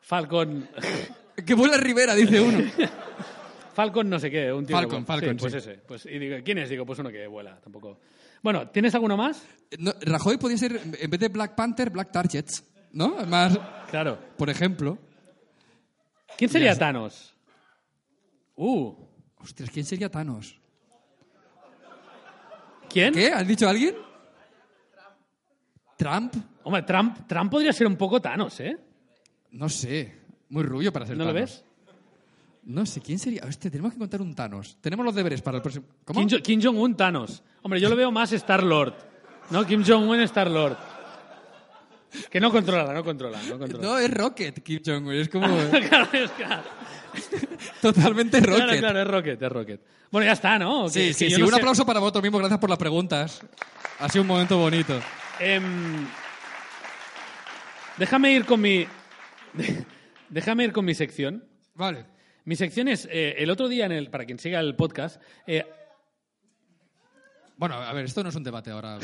Falcon...
Que vuela Rivera, dice uno.
Falcon no sé qué, un tío que
Falcon,
vuela.
Falcon,
Pues
sí.
ese. Pues, y digo, ¿quién es? Digo, pues uno que vuela, tampoco... Bueno, ¿tienes alguno más?
No, Rajoy podía ser, en vez de Black Panther, Black Targets, ¿no? Más,
Claro.
por ejemplo.
¿Quién sería Thanos? Uh,
Ostras, ¿quién sería Thanos?
¿quién?
¿Qué? ¿Has dicho alguien? Trump.
Hombre, Trump, Trump podría ser un poco Thanos, ¿eh?
No sé. Muy rubio para ser
¿No lo
Thanos.
ves?
No sé, ¿quién sería? Hostia, tenemos que encontrar un Thanos. Tenemos los deberes para el próximo... ¿Cómo?
Kim, Jo- Kim Jong-un Thanos. Hombre, yo lo veo más Star-Lord. ¿No? Kim Jong-un Star-Lord. Que no controla, no controla, no controla.
No, es Rocket, Kim Jong-un. Es como
[LAUGHS] claro, es claro.
totalmente Rocket.
Claro, claro, es Rocket, es Rocket. Bueno, ya está, ¿no? ¿O qué?
Sí,
Es
sí,
que yo
sí.
no
Un
sé-
aplauso para vosotros mismos. Gracias por las preguntas. Ha sido un momento bonito.
Em, déjame ir con mi... Déjame ir con mi sección.
Vale.
Mi sección es, eh, el otro día, en el, para quien siga el podcast, eh,
Bueno, a ver, esto no es un debate ahora.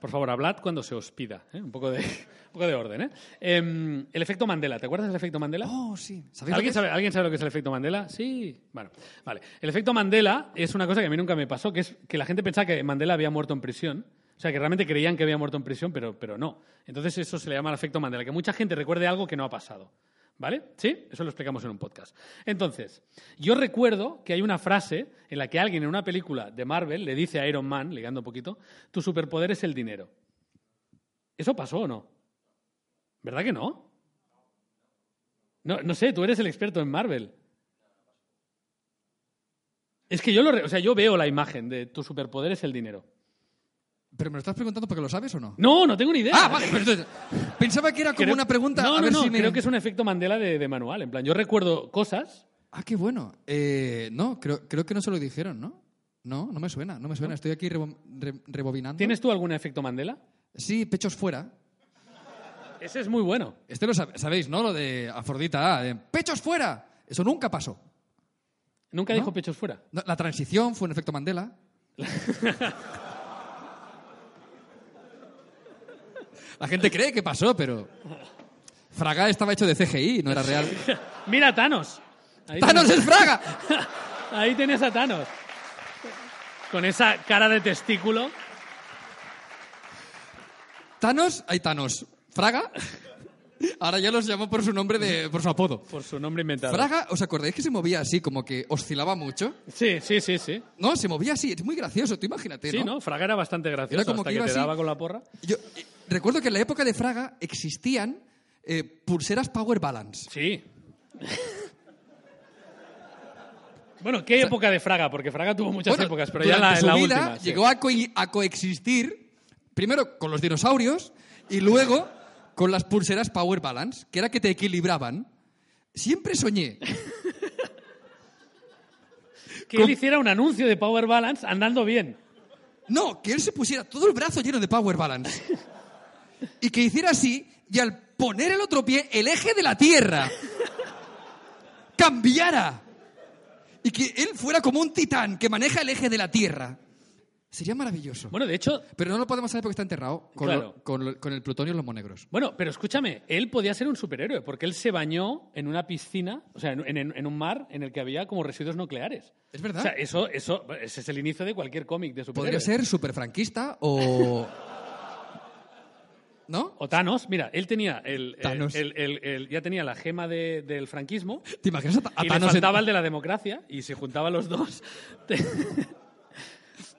Por favor, hablad cuando se os pida. ¿eh? Un, poco de, [LAUGHS] un poco de orden. ¿eh? Em, el efecto Mandela. ¿Te acuerdas del efecto Mandela?
Oh, sí. ¿Sabéis lo que
¿Alguien
es?
sabe, ¿Alguien sabe lo que es el efecto Mandela? Sí. Bueno, vale. El efecto Mandela es una cosa que a mí nunca me pasó, que es que la gente pensaba que Mandela había muerto en prisión. O sea, que realmente creían que había muerto en prisión, pero, pero no. Entonces eso se le llama el efecto Mandela, que mucha gente recuerde algo que no ha pasado. ¿Vale? ¿Sí? Eso lo explicamos en un podcast. Entonces, yo recuerdo que hay una frase en la que alguien en una película de Marvel le dice a Iron Man, ligando un poquito, tu superpoder es el dinero. ¿Eso pasó o no? ¿Verdad que no? No, no sé, tú eres el experto en Marvel. Es que yo lo, re- o sea, yo veo la imagen de tu superpoder es el dinero.
¿Pero me lo estás preguntando porque lo sabes o no?
[LAUGHS] No, no tengo ni idea.
Ah, vale, pero entonces- pensaba que era como
Creo-
una pregunta.
No,
a
no,
ver
no,
si me-
creo que es un efecto Mandela de, de manual. En plan, yo recuerdo cosas.
Ah, qué bueno. Eh, no, creo, creo que no se lo dijeron, ¿no? No, no me suena, no me suena. Estoy aquí rebo- re- rebobinando.
¿Tienes tú algún efecto Mandela?
Sí, pechos fuera.
Ese es muy bueno.
Este lo sab- sabéis, ¿no? Lo de Afrodita, ah, de pechos fuera. Eso nunca pasó.
Nunca
¿No?
dijo pechos fuera. [LAUGHS]
No, La transición fue un efecto Mandela. La gente cree que pasó, pero. Fraga estaba hecho de CGI, no era real.
Mira, Thanos. Ahí
¡Thanos
tenés-
es Fraga!
[LAUGHS] Ahí tenés a Thanos. Con esa cara de testículo.
Thanos, hay Thanos. Fraga. Ahora ya los llamo por su nombre de. por su apodo.
Por su nombre inventado.
Fraga, ¿os acordáis que se movía así, como que oscilaba mucho?
Sí, sí, sí, sí.
No, se movía así, es muy gracioso, tú imagínate,
Sí, ¿no? Fraga era bastante gracioso
Era como
hasta
que
que,
iba
te
así.
daba con la porra.
Yo eh, recuerdo que en la época de Fraga existían eh, pulseras Power Balance.
Sí. bueno, ¿qué época de Fraga? Porque Fraga tuvo muchas
Bueno,
épocas, pero ya la,
durante su
la
vida
última. sí.
llegó a, coi- a coexistir primero con los dinosaurios y luego con las pulseras Power Balance, que era que te equilibraban. Siempre soñé.
Que él hiciera un anuncio de Power Balance andando bien.
No, que él se pusiera todo el brazo lleno de Power Balance. Y que hiciera así, y al poner el otro pie, el eje de la Tierra cambiara. Y que él fuera como un titán que maneja el eje de la Tierra. Sería maravilloso.
Bueno, de hecho,
Pero no lo podemos saber porque está enterrado con,
Claro.
lo- con lo- con el plutonio y los monegros.
Bueno, pero escúchame, él podía ser un superhéroe porque él se bañó en una piscina, o sea, en, en- en un mar en el que había como residuos nucleares.
Es verdad.
O sea, eso, eso, ese es el inicio de cualquier cómic de
Podría
superhéroes.
ser superfranquista
[LAUGHS]
o... ¿No?
O Thanos, mira, él tenía el, el-
Thanos.
el- el- el- ya tenía la gema de- del franquismo
¿Te imaginas a, Ta- a
y le
Thanos en-
faltaba el de la democracia y se juntaban los dos. [LAUGHS] te-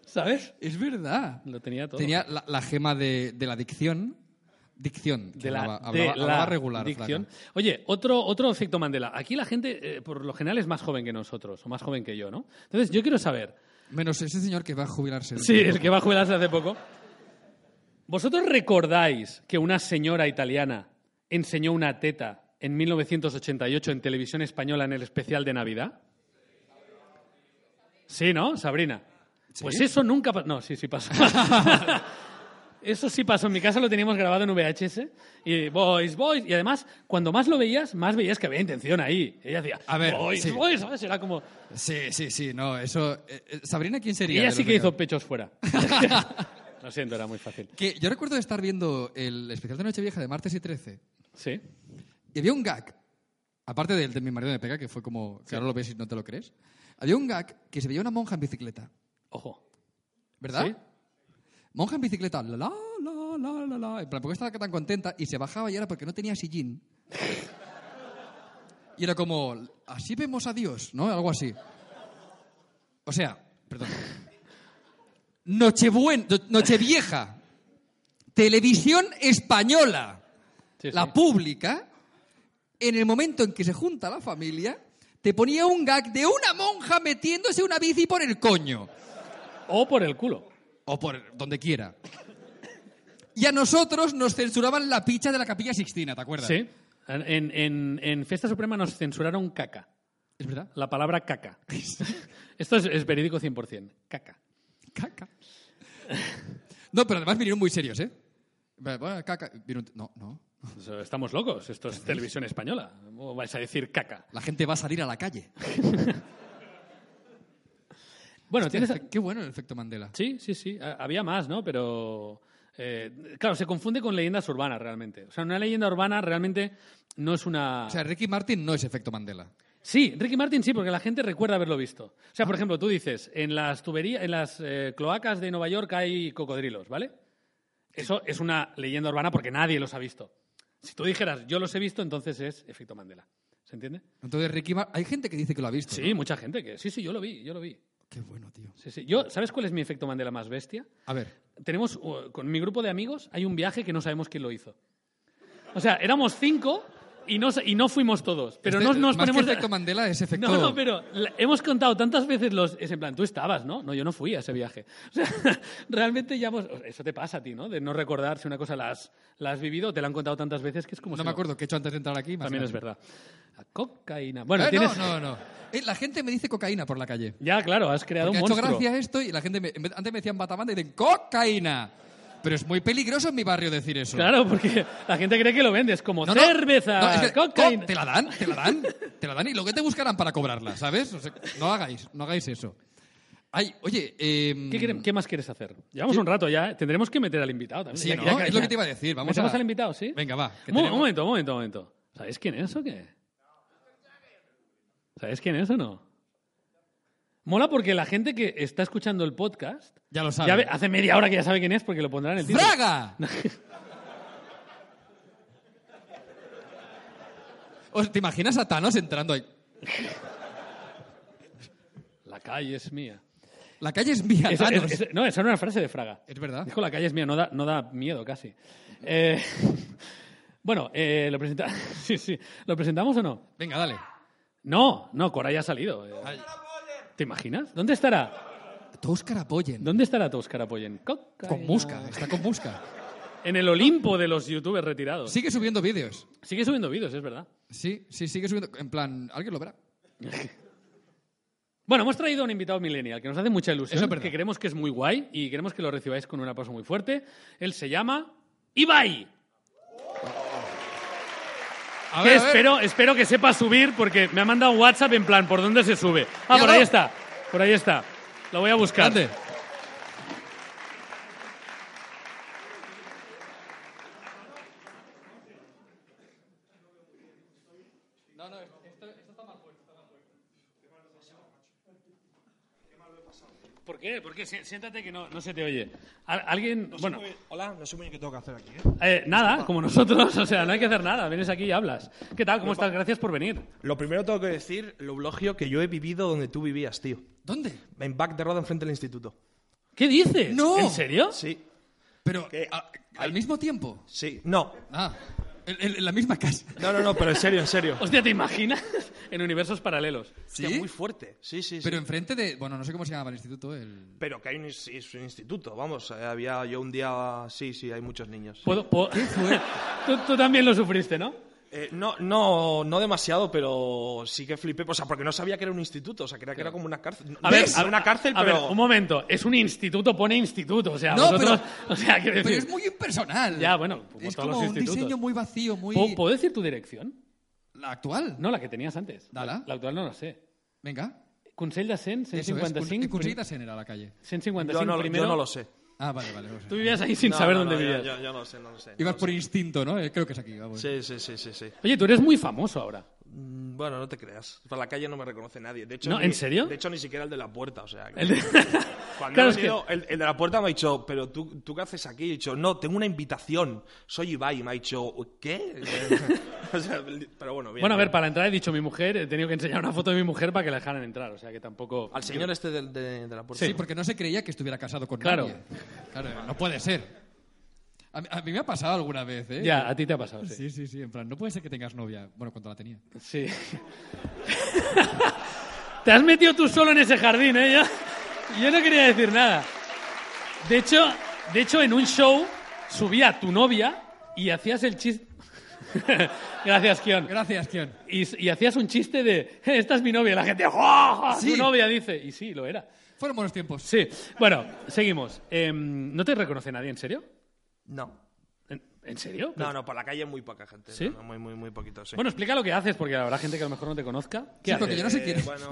¿Sabes?
Es verdad.
Lo tenía todo.
Tenía la, la gema de, de la dicción. Dicción. que
de la,
hablaba,
de
hablaba- hablaba
la
regular.
dicción.
flaca.
Oye, otro, otro efecto Mandela. Aquí la gente, eh, por lo general, es más joven que nosotros, o más joven que yo, ¿no? Entonces, yo quiero saber,
Menos ese señor que va a jubilarse.
sí, el que va a jubilarse hace poco, ¿vosotros recordáis que una señora italiana enseñó una teta en 1988 en televisión española en el especial de Navidad? Sí, ¿no? Sabrina. Pues eso nunca pasó. No, sí, sí
[LAUGHS]
pasó. Eso sí pasó. En mi casa lo teníamos grabado en VHS. Y boys, boys. Y además, cuando más lo veías, más veías que había intención ahí. Ella decía,
A ver,
boys,
sí.
boys. ¿sabes? Era como.
Sí, sí, sí. No, eso. eh, eh, ¿Sabrina quién
Y
sería?
ella
de
sí
los
que hizo pechos
pecados? [LAUGHS]
fuera. lo siento, era muy fácil.
Que yo recuerdo estar viendo el especial de Nochevieja de martes y 13.
Sí.
Y había un gag. Aparte del de mi marido me pega, que fue como. Que ahora lo ves y no te lo crees. Había un gag que se veía una monja en bicicleta.
Ojo.
¿Verdad?
Sí.
Monja en bicicleta, la la la la la la. En plan, ¿por qué estaba tan contenta? Y se bajaba y era porque no tenía sillín. Y era como, así vemos a Dios, ¿no? Algo así. O sea, perdón. Nochebuena, Nochevieja, televisión española,
Sí,
la
sí.
pública, en el momento en que se junta la familia, te ponía un gag de una monja metiéndose una bici por el coño.
O por el culo.
O por donde quiera. Y a nosotros nos censuraban la picha de la Capilla Sixtina, ¿te acuerdas?
Sí. En, en- en Fiesta Suprema nos censuraron caca.
¿Es verdad?
La palabra
[LAUGHS]
caca. Esto es, es verídico 100%. Caca.
Caca. No, pero además vinieron muy serios, ¿eh? Bueno, caca. vino un- No, no.
Eso, Estamos locos. Esto es televisión española. ¿Cómo vais a decir caca?
La gente va a salir a la calle.
Bueno, tienes,
[LAUGHS] Qué bueno el efecto Mandela.
Sí, sí, sí. Ha- Había más, ¿no? Pero. eh, claro, se confunde con leyendas urbanas realmente. O sea, una leyenda urbana realmente no es una.
O sea, Ricky Martin no es efecto Mandela.
sí, Ricky Martin sí, porque la gente recuerda haberlo visto. O sea, por ejemplo, tú dices, en las tuberías, en las eh, cloacas de Nueva York hay cocodrilos, ¿vale? Eso es una leyenda urbana porque nadie los ha visto. Si tú dijeras, yo los he visto, entonces es efecto Mandela. ¿Se entiende?
Entonces, Ricky Mar- Hay gente que dice que lo ha visto.
Sí,
¿no?
mucha gente que. Sí, sí, yo lo vi, yo lo vi.
Qué bueno, tío.
Sí, sí. Yo, ¿Sabes cuál es mi efecto Mandela más bestia?
A ver.
tenemos uh, con mi grupo de amigos hay un viaje que no sabemos quién lo hizo. O sea, éramos cinco y no, sa- y no fuimos todos. Pero
este-
no nos
más que
ponemos. de-
efecto Mandela es
[LAUGHS]
efecto.
No, no, pero la- hemos contado tantas veces los. Es en plan, tú estabas, ¿no? No, yo no fui a ese viaje. [LAUGHS] O sea, realmente ya hemos. Eso te pasa a ti, ¿no? De no recordar si una cosa la has, la has vivido o te la han contado tantas veces que es como.
No
si
me acuerdo qué he hecho antes de entrar aquí.
También es
imagínate.
verdad. La cocaína. Bueno,
Eh,
tienes.
No, no, no. Eh, la gente me dice cocaína por la calle.
Ya, claro, has creado
Porque ha
un
hecho
monstruo.
gracia esto y la gente me- en vez- antes me decían batamanda y dicen cocaína. Pero es muy peligroso en mi barrio decir eso.
Claro, porque la gente cree que lo vendes como
No, no.
cerveza,
No, es que,
cocaína.
co- te la dan, te la dan, te la dan y luego te buscarán para cobrarla, ¿sabes? O sea, no hagáis, no hagáis eso. Ay, oye, em,
¿Qué, quiere- qué más quieres hacer? Llevamos un rato ya, ¿eh? tendremos que meter al invitado también.
Sí,
Ya-
¿no?
ya-
Es
ya-
lo que te iba a decir, vamos
¿Metemos
a-
al invitado, sí?
Venga, va, que
Un mo-
tenemos-
un momento, un momento, un momento. ¿Sabéis quién es o qué? ¿Sabéis quién es o no? Mola porque la gente que está escuchando el podcast
Ya lo sabe.
ya ve- ah, hace media hora que ya sabe quién es porque lo pondrán en el título. [LAUGHS]
¡Fraga! Os- ¿Te imaginas a Thanos entrando ahí?
La calle es
[LAUGHS]
mía.
La calle es mía,
Esa-
Thanos.
es- es- no, esa no era una frase de Fraga.
Es verdad.
Dijo la calle es mía, no da, no da miedo casi. Eh, [LAUGHS] bueno, eh, lo presenta- [LAUGHS] sí, sí. ¿Lo presentamos o no?
Venga, dale.
No, no, Cora ya ha salido. Eh, ¿Te imaginas? ¿Dónde estará?
Todos carapoyen.
¿Dónde estará Toscar Apoyen?
Con musca, está con musca.
En el Olimpo de los youtubers retirados.
Sigue subiendo vídeos.
Sigue subiendo vídeos, es verdad.
Sí, sí, sigue subiendo. En plan, alguien lo verá.
Bueno, hemos traído a un invitado millennial que nos hace mucha ilusión,
Eso es verdad.
que creemos que es muy guay y queremos que lo recibáis con un aplauso muy fuerte. Él se llama Ibai.
A
Que
ver, a ver.
espero, espero que sepa subir porque me ha mandado un WhatsApp en plan, ¿por dónde se sube? Ah,
Míralo.
por ahí está. Por ahí está. Lo voy a buscar.
Grande.
¿Por qué? ¿Por qué? Si- Siéntate que no, no se te oye. Al- Alguien, bueno,
Muy bien. Hola, no sé muy bien qué tengo que hacer aquí. ¿eh?
eh, nada, como nosotros, o sea, no hay que hacer nada. Vienes aquí y hablas. ¿Qué tal? ¿Cómo estás? Gracias por venir.
Lo primero tengo que decir, lo blogio, que yo he vivido donde tú vivías, tío.
¿Dónde?
En back de roda, enfrente del instituto.
¿Qué dices?
No.
¿En serio?
Sí,
Pero
Que-
a- al mismo tiempo.
sí. No.
Ah, en- en en la misma casa.
No, no, no, pero en serio, en [LAUGHS] serio.
Hostia, ¿te imaginas? [LAUGHS] en universos paralelos.
Hostia,
¿Sí?
muy fuerte. Sí, sí, sí.
Pero enfrente de. Bueno, no sé cómo se llamaba el instituto. El...
Pero que hay un, sí, es un instituto, vamos. eh, Había yo un día... Sí, sí, hay muchos niños.
¿Puedo, puedo- [LAUGHS] tú, tú también lo sufriste, ¿no?
Eh, no, no, no demasiado, pero sí que flipé. O sea, porque no sabía que era un instituto. O sea, creía que era como una cárcel.
a-
una cárcel,
a
pero...
ver, un momento. Es un instituto, pone instituto. O sea,
No,
vosotros...
pero-
o sea, quiero
Pero
decir-
es muy impersonal.
Ya, bueno, como
es
todos
como
los
un
institutos.
diseño muy vacío, muy.
¿Puedo, puedo decir tu dirección?
La actual.
No, la que tenías antes.
Dala.
La actual no la sé.
Venga.
Consell de Cent,
Eso es.
155...
Conseguida era la calle.
155
Yo no, yo
primero.
no lo sé.
Ah, vale, vale. no sé.
Tú vivías ahí sin
No,
saber
no,
dónde
no, yo-
vivías.
Yo, yo no lo sé, no lo sé.
Ibas por instinto, ¿no? Eh, Creo que es aquí, vamos.
Sí, sí, sí, sí, sí.
Oye, tú eres muy famoso ahora.
Mm, Bueno, no te creas. Por la calle no me reconoce nadie. De hecho,
No,
ni-
¿en serio?
De hecho, ni siquiera el de la puerta. O sea,
[LAUGHS]
que-
El de- [LAUGHS]
cuando
Claro,
he
es que-
venido, el, el de la puerta me ha dicho, pero tú, ¿tú qué haces aquí? He dicho, no, tengo una invitación. Soy Ibai. Y me ha dicho, ¿qué? [LAUGHS] O sea, pero bueno, bien.
Bueno, a
bien.
ver, para entrar he dicho mi mujer, he tenido que enseñar una foto de mi mujer para que la dejaran entrar, o sea que tampoco...
Al señor este del- de, de la puerta.
Sí, porque no se creía que estuviera casado con
Claro.
nadie. Claro, no puede ser. A, mí- a mí me ha pasado alguna vez, ¿eh?
Ya, a ti te ha pasado, sí.
Sí, sí, sí. En plan, no puede ser que tengas novia. Bueno, cuando la tenía.
Sí. Te has metido tú solo en ese jardín, ¿eh? Yo, yo no quería decir nada. De hecho, de hecho, en un show subía tu novia y hacías el chiste... [LAUGHS] Gracias, Kion.
Gracias, Kion.
Y, y hacías un chiste de, "Eh, esta es mi novia. Y la gente, ¡oh!
Sí.
Tu novia dice. Y sí, lo era.
Fueron buenos tiempos.
Sí. Bueno, seguimos. Em, ¿No te reconoce nadie, en serio?
No.
¿En, en serio?
No, no, por la calle muy poca gente.
Pues- ¿Sí?
No, no, muy, muy, muy poquito, sí.
Bueno, explica lo que haces, porque habrá gente que a lo mejor no te conozca. ¿Qué
Sí,
haces?
porque yo no sé
Eh,
quién
[LAUGHS]
es.
bueno.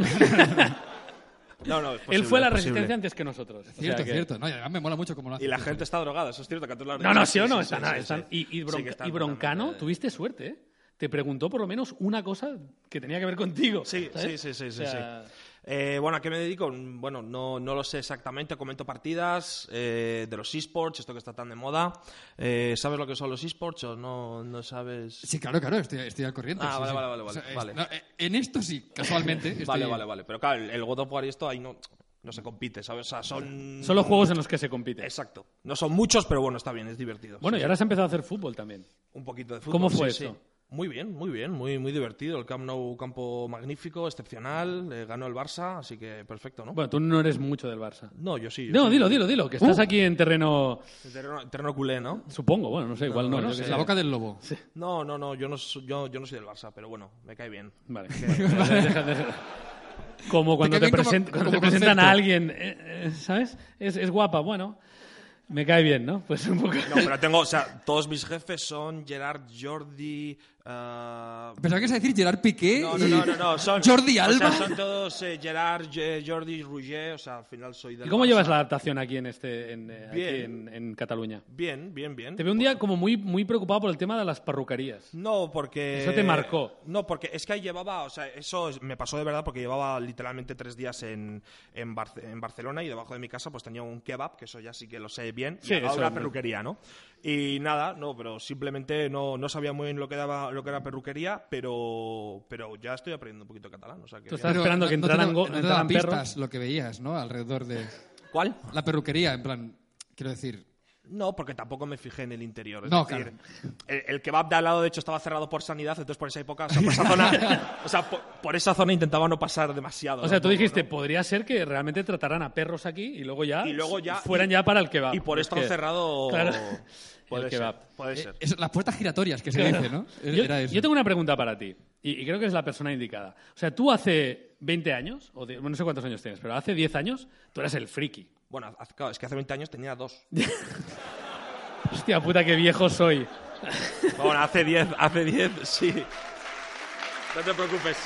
no, no, es
Él
posible,
fue la
es posible.
resistencia antes que nosotros. O sea
Cierto,
que-
cierto. No, y además me mola mucho cómo lo hace.
Y la gente está drogada, eso es cierto. Que tú lo has
No, no,
dicho.
sí o no.
Sí, sí,
están-
sí, sí,
están-
sí.
Y, y
Sí,
Bronca-
que están
y Broncano,
totalmente-
tuviste suerte, ¿eh? Te preguntó por lo menos una cosa que tenía que ver contigo.
Sí, sí,
¿sabes?
sí, sí, sí,
¿Eh? O sea,
sí. Eh, bueno, ¿a qué me dedico? Mm, Bueno, no, no lo sé exactamente. Comento partidas eh, de los esports, esto que está tan de moda. Eh, ¿Sabes lo que son los esports o no, no sabes?
Sí, claro, claro. Estoy, estoy al corriente.
Ah,
sí,
vale,
sí.
vale, vale,
O sea,
vale,
es-
vale.
no, eh, en esto sí,
[LAUGHS]
casualmente. estoy-
Vale, vale, vale. Pero claro, el- el God of War y esto ahí no, no se compite, ¿sabes? O sea, son...
Son los juegos en los que se compite.
Exacto. No son muchos, pero bueno, está bien, es divertido.
Bueno,
Sí,
y ahora se ha empezado a hacer fútbol también.
Un poquito de fútbol.
¿Cómo fue
sí,
esto?
sí. Muy bien, muy bien, muy, muy divertido. El Camp Nou, campo magnífico, excepcional. eh, ganó el Barça, así que perfecto, ¿no?
Bueno, tú no eres mucho del Barça.
no, yo sí. yo
No,
sí.
dilo, dilo, dilo, que estás aquí en terreno,
Terreno, terreno culé, ¿no?
supongo, bueno, no sé, igual no.
Bueno,
yo
es
qué sé.
la boca del lobo.
No, no, no, yo no, so- yo, yo no soy del Barça, pero bueno, me cae bien. [LAUGHS]
Vale. Deja- deja- Como cuando
cae
te,
bien como-
present- cuando te
como
presentan
concepto.
a alguien, eh, eh, ¿sabes? Es, es guapa, bueno, me cae bien, ¿no? Pues un poco...
No, pero tengo, o sea, todos mis jefes son Gerard, Jordi, Ah,
Pensaba que ibas a decir Gerard Piqué
no,
y
no, no, no, no, son-
Jordi
o sea,
Alba.
son todos eh, Gerard, Ge- Jordi, Rouget, o sea, al final soy del
¿Y cómo
Barça.
llevas la adaptación aquí en este en, eh, aquí
Bien. ¿Mm?
en- en Cataluña?
Bien, bien, bien.
Te veo un día como muy, muy preocupado por el tema de las parruquerías.
No, porque...
Eso te marcó.
No, porque es que ahí llevaba, o sea, eso es- me pasó de verdad porque llevaba literalmente tres días en, en, Barce- en Barcelona y debajo de mi casa pues tenía un kebab, que eso ya sí que lo sé bien,
Sí,
y al lado
eso
una
es-
perruquería, ¿no? Y nada, no, pero simplemente no, no sabía muy bien lo que, daba, lo que era perruquería, pero, pero ya estoy aprendiendo un poquito catalán, o sea que...
Tú
bien.
estás- esperando que
no te
entraran
da-
go-
no te
entraran
daban
perros.
pistas lo que veías, ¿no? Alrededor de
¿Cuál?
la perruquería, en plan, quiero decir,
No, porque tampoco me fijé en el interior. Es
No,
decir, el, el kebab de al lado, de hecho, estaba cerrado por sanidad, entonces por esa época, o sea, por
[LAUGHS]
esa zona, o sea, por, por esa zona intentaba no pasar demasiado.
O sea,
¿no?
tú
No,
dijiste,
no.
podría ser que realmente trataran a perros aquí y luego ya,
Y luego ya-
fueran ya para el kebab.
Y por
Ah, Es
estar
que-
cerrado.
Claro.
[LAUGHS] Puede
El
ser.
kebab. Eh,
Puede ser.
eh, es- las puertas giratorias que se dice, ¿no?
[LAUGHS] Yo,
Era eso.
yo tengo una pregunta para ti, y, y creo que es la persona indicada. O sea, tú hace 20 años, o de- bueno, no sé cuántos años tienes, pero hace 10 años tú eras el friki.
Bueno, haz- claro, es que hace 20 años
[LAUGHS]
tenía dos.
Hostia puta, qué viejo soy.
Bueno, hace 10, hace 10, sí. No te preocupes.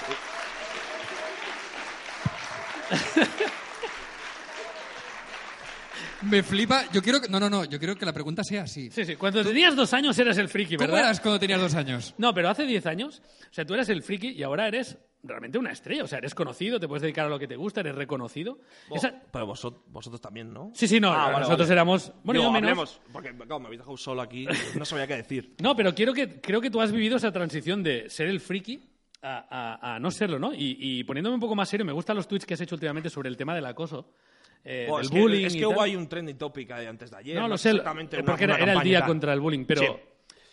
Me flipa. Yo quiero que. No, no, no. Yo quiero que la pregunta sea así.
Sí, sí, cuando tenías dos años eras el friki,
¿Cómo
¿verdad?
eras cuando tenías dos años?
No, pero hace 10 años, o sea, tú eras el friki y ahora eres realmente una estrella. O sea, eres conocido, te puedes dedicar a lo que te gusta, eres reconocido.
Oh,
Esa-
Pero vosotros, vosotros también, ¿no?
Sí, sí, no,
Ah, vale,
nosotros
vale.
éramos... Bueno,
Digo,
yo menos...
hablemos, porque claro, me habéis dejado solo aquí, no sabía qué decir.
No, pero quiero que, creo que tú has vivido esa transición de ser el friki a, a- a no serlo, ¿no? Y, y poniéndome un poco más serio, me gustan los tweets que has hecho últimamente sobre el tema del acoso, [LAUGHS] eh,
Oh,
del
es,
bullying.
que, es
y
que
tal.
hubo ahí un trending topic ahí antes de ayer.
No, lo sé,
exactamente una-
porque era,
una
era el
campaña y
día
tal.
contra el bullying, pero,
Sí.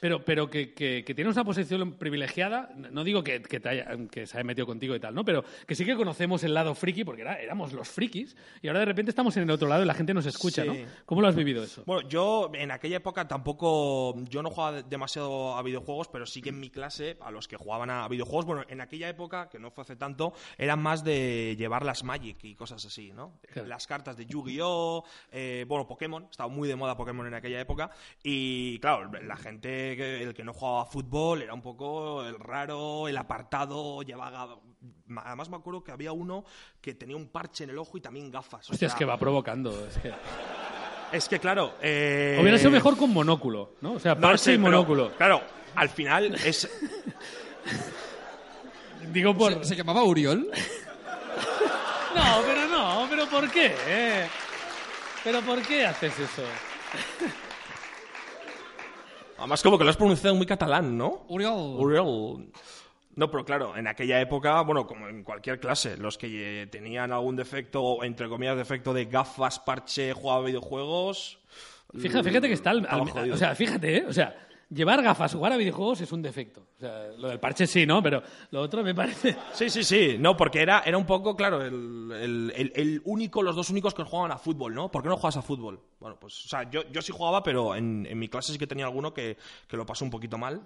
pero, pero que, que- que tienes una posición privilegiada, no digo que, que, te haya- que se haya metido contigo y tal, ¿no? Pero que sí que conocemos el lado friki, porque era- éramos los frikis, y ahora de repente estamos en el otro lado y la gente nos escucha,
Sí.
¿no? ¿Cómo lo has vivido eso?
Bueno, yo en aquella época tampoco. Yo no jugaba de- demasiado a videojuegos, pero sí que en mi clase, a los que jugaban a videojuegos, bueno, en aquella época, que no fue hace tanto, eran más de llevar las Magic y cosas así, ¿no?
Claro.
Las cartas de Yu-Gi-Oh! eh, bueno, Pokémon, estaba muy de moda Pokémon en aquella época. Y claro, la gente, que- el que no jugaba a fútbol, era un poco el raro, el apartado, llevaba. Además, me acuerdo que había uno que tenía un parche en el ojo y también gafas. o
Hostia, es
sea, eh,
que va provocando. Es que...
Es que claro. Eh...
Hubiera sido mejor con monóculo, ¿no? O sea,
No
parche
sé,
y
pero,
monóculo.
claro, al final es.
Digo por...
¿Se, se llamaba Uriol?
No, pero no, pero ¿por qué? eh? ¿Pero por qué haces eso?
Además, como que lo has pronunciado muy catalán, ¿no?
Uriol.
Uriol. No, pero claro, en aquella época, bueno, como en cualquier clase, los que eh, tenían algún defecto, entre comillas, defecto de gafas, parche, jugaba a videojuegos.
Fija- fíjate que está al, al-
Estaba jodido.
o sea, fíjate, ¿eh? o sea, llevar gafas, jugar a videojuegos es un defecto. O sea, lo del parche sí, ¿no? Pero lo otro me parece.
Sí, sí, sí. No, porque era, era un poco, claro, el, el- el- el único, los dos únicos que jugaban a fútbol, ¿no? ¿Por qué no juegas a fútbol? Bueno, pues, o sea, yo, yo sí jugaba, pero en, en mi clase sí que tenía alguno que, que lo pasó un poquito mal.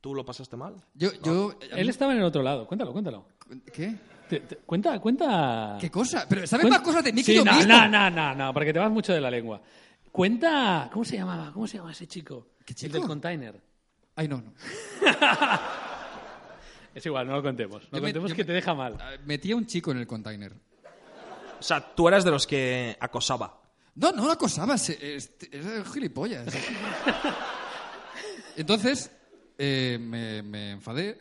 ¿Tú lo pasaste mal?
Yo, yo.
[LAUGHS] Él estaba en el otro lado. Cuéntalo, cuéntalo.
¿Qué?
Te- te- cuenta, cuenta.
¿Qué cosa? Pero ¿sabes
cuen-
más cosas de mí que
Ah. Pues Sí,
yo
no, No,
mismo?
no, no, no, porque te vas mucho de la lengua. Cuenta, ¿cómo se llamaba? ¿Cómo se llamaba ese chico?
¿Qué
El
chico?
del container.
Ay, no, no.
Es igual, no lo contemos. No
Yo me-
contemos
yo
que
me-
te deja mal.
Ah, Metí a un chico en el container.
O sea, tú eras de los que acosaba.
No, no lo acosaba. se- este, es-
[LAUGHS]
Era gilipollas. Entonces, eh, me, me enfadé.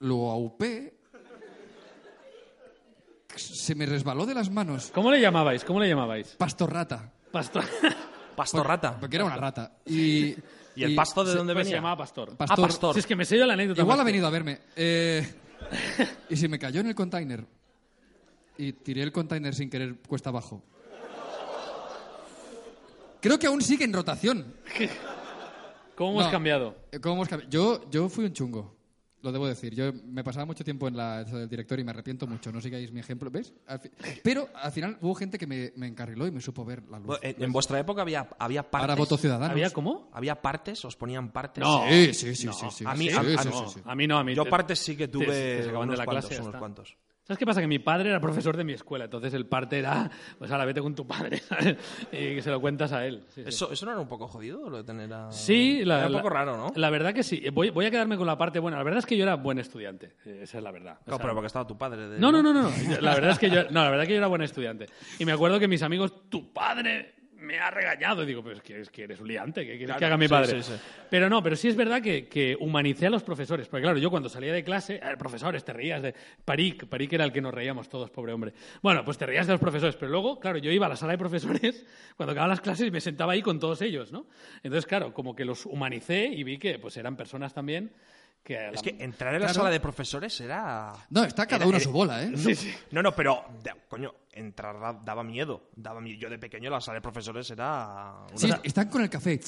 Lo aupé. Se me resbaló de las manos.
¿Cómo le llamabais? ¿Cómo le llamabais?
Pastorrata.
[LAUGHS] Pastor.
Pasto rata.
Porque era una rata. Y,
[LAUGHS] ¿Y el pasto de dónde
Pues se
venía?
llamaba Pastor.
Pastor.
Ah, Pastor.
Si es que me sé yo la anécdota.
Igual ha
más que-
venido a verme. Eh, y se me cayó en el container. Y tiré el container sin querer cuesta abajo. Creo que aún sigue en rotación.
¿Cómo hemos
No.
cambiado?
Eh, ¿Cómo hemos cambi- Yo, yo fui un chungo, lo debo decir. Yo me pasaba mucho tiempo en la eso del director y me arrepiento mucho. No sigáis mi ejemplo, ¿ves? Al fi- Pero al final hubo gente que me, me encarriló y me supo ver la luz.
Bueno, En, en vuestra época había, había partes.
Ahora voto ciudadano.
¿Había cómo?
¿Había partes? ¿os ponían partes?
No.
Sí, sí, sí,
No,
sí, sí.
a mí-
Sí,
a- a
sí,
mí
sí,
no,
sí.
a mí no, a mí.
Yo
te-
partes sí que
te- se
tuve
acaban
unos
de la
cuantos,
clase, ya
unos
está.
cuantos.
¿Sabes qué pasa? Que mi padre era profesor de mi escuela, entonces el parte era, pues ahora vete con tu padre, ¿sabes? Y que se lo cuentas a él. Sí, sí.
Eso, eso no era un poco jodido, lo de tener a...
Sí, la,
era un
la-
poco raro, ¿no?
La verdad que sí. Voy, voy a quedarme con la parte buena. La verdad es que yo era buen estudiante. Eh, Esa es la verdad. O
Claro,
sea,
pero porque estaba tu padre. De...
no, no, no, no. no. La verdad es que yo, no, la verdad es que yo era buen estudiante. Y me acuerdo que mis amigos, tu padre me ha regañado. Y digo, pero es que, es que eres un liante, ¿qué quieres
Claro,
que haga mi
sí,
padre?
sí, sí.
Pero no, pero sí es verdad que, que humanicé a los profesores. Porque claro, yo cuando salía de clase, eh, profesores, te reías de Parik. Parik era el que nos reíamos todos, pobre hombre. Bueno, pues te reías de los profesores. Pero luego, claro, yo iba a la sala de profesores [LAUGHS] cuando acababan las clases y me sentaba ahí con todos ellos, ¿no? Entonces, claro, como que los humanicé y vi que pues eran personas también que... a la-
Es que entrar en la sala de profesores era...
No, está cada
Era-
uno a
era-
su bola, ¿eh?
Sí, sí.
No, no, pero, da- coño, entrar da- daba miedo. Daba miedo. Yo de pequeño la sala de profesores era... una-
Sí, están con el café.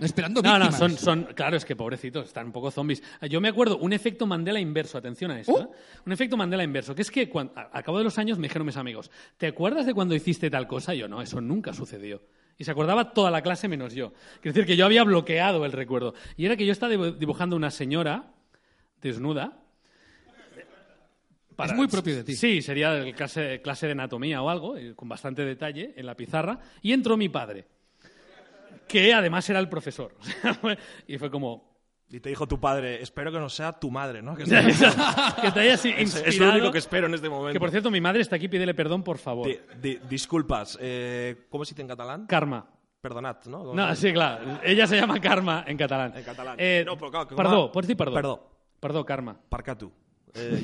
Esperando
No, no,
víctimas.
son, son, claro, es que pobrecitos, están un poco zombies. Ah, Yo me acuerdo un efecto Mandela inverso, atención a esto.
Oh.
¿eh? Un efecto Mandela inverso, que es que cuan- a, a cabo de los años me dijeron mis amigos, ¿te acuerdas de cuando hiciste tal cosa? Y yo, no, eso nunca sucedió. Y se acordaba toda la clase menos yo. Quiere decir que yo había bloqueado el recuerdo. Y era que yo estaba dibu- dibujando una señora desnuda.
Es muy propio de ti.
Sí, sería el clase, clase de anatomía o algo, eh, con bastante detalle, en la pizarra. Y entró mi padre que además era el profesor. [LAUGHS] O sea, fue- y fue como... [LAUGHS]
Y te dijo tu padre, espero que no sea tu madre, ¿no? Que sea-
que te hayas
es,
inspirado.
es lo único que espero en este
Que,
momento.
por cierto, mi madre está aquí, pídele perdón, por favor.
Di- di- disculpas, eh, ¿cómo se dice en catalán?
Karma.
Perdonad, ¿no? ¿Cómo
No,
se dice?
sí, claro. Ella se llama Karma en catalán.
En catalán.
Eh,
No, pero claro, que-
perdó, pots dir perdó.
Perdó.
Perdó, Karma.
Parca tú. Eh,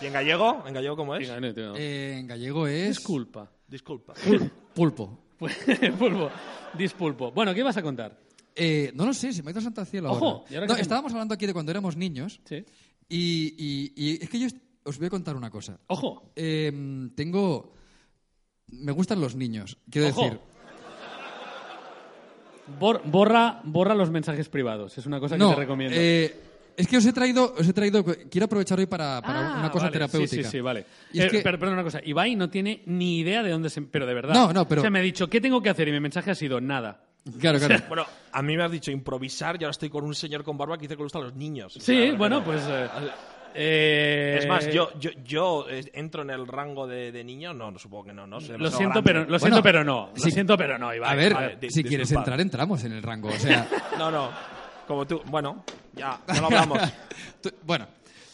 y, y en gallego? ¿En gallego cómo es?
Venga, no, tío.
Eh, en gallego es
Disculpa. [LAUGHS] Pues,
Disculpa.
pulpo.
Pulpo. Dispulpo. Bueno, ¿qué vas a contar?
Eh, no lo sé, se me ha ido Santa Cielo
Ojo,
ahora.
¿y ahora
No,
qué hacemos?
estábamos hablando aquí de cuando éramos niños
Sí.
y, y- y es que yo est- os voy a contar una cosa.
Ojo.
Eh, tengo... Me gustan los niños, quiero
Ojo.
decir.
Bor- borra, borra los mensajes privados. Es una cosa que
No,
te recomiendo.
eh, es que os he traído, os he traído, quiero aprovechar hoy para, para
Ah,
una cosa
vale.
terapéutica.
Sí, sí, sí, vale.
Y es
Eh,
que-
per- perdón, una cosa. Ibai no tiene ni idea de dónde se... Pero de verdad.
No, no, pero-
O sea, me ha dicho, ¿qué tengo que hacer? Y mi mensaje ha sido, nada.
Claro,
[LAUGHS]
claro.
Bueno, a mí me has dicho improvisar y ahora estoy con un señor con barba que dice que le gustan los niños. O sea,
Sí, bueno, pues... eh, eh,
Es más, yo, yo, yo eh, entro en el rango de, de niño. No, no, supongo que no. no soy
Lo
demasiado
siento,
grande.
pero, lo
Bueno,
siento, pero no. Lo
sí.
siento, pero no, Ibai.
A ver,
vale, di-
si quieres
disculpad.
entrar, entramos en el rango. O sea,
No, no. Como tú. Bueno, ya, ya
[LAUGHS]
lo hablamos.
[LAUGHS] Tú- bueno,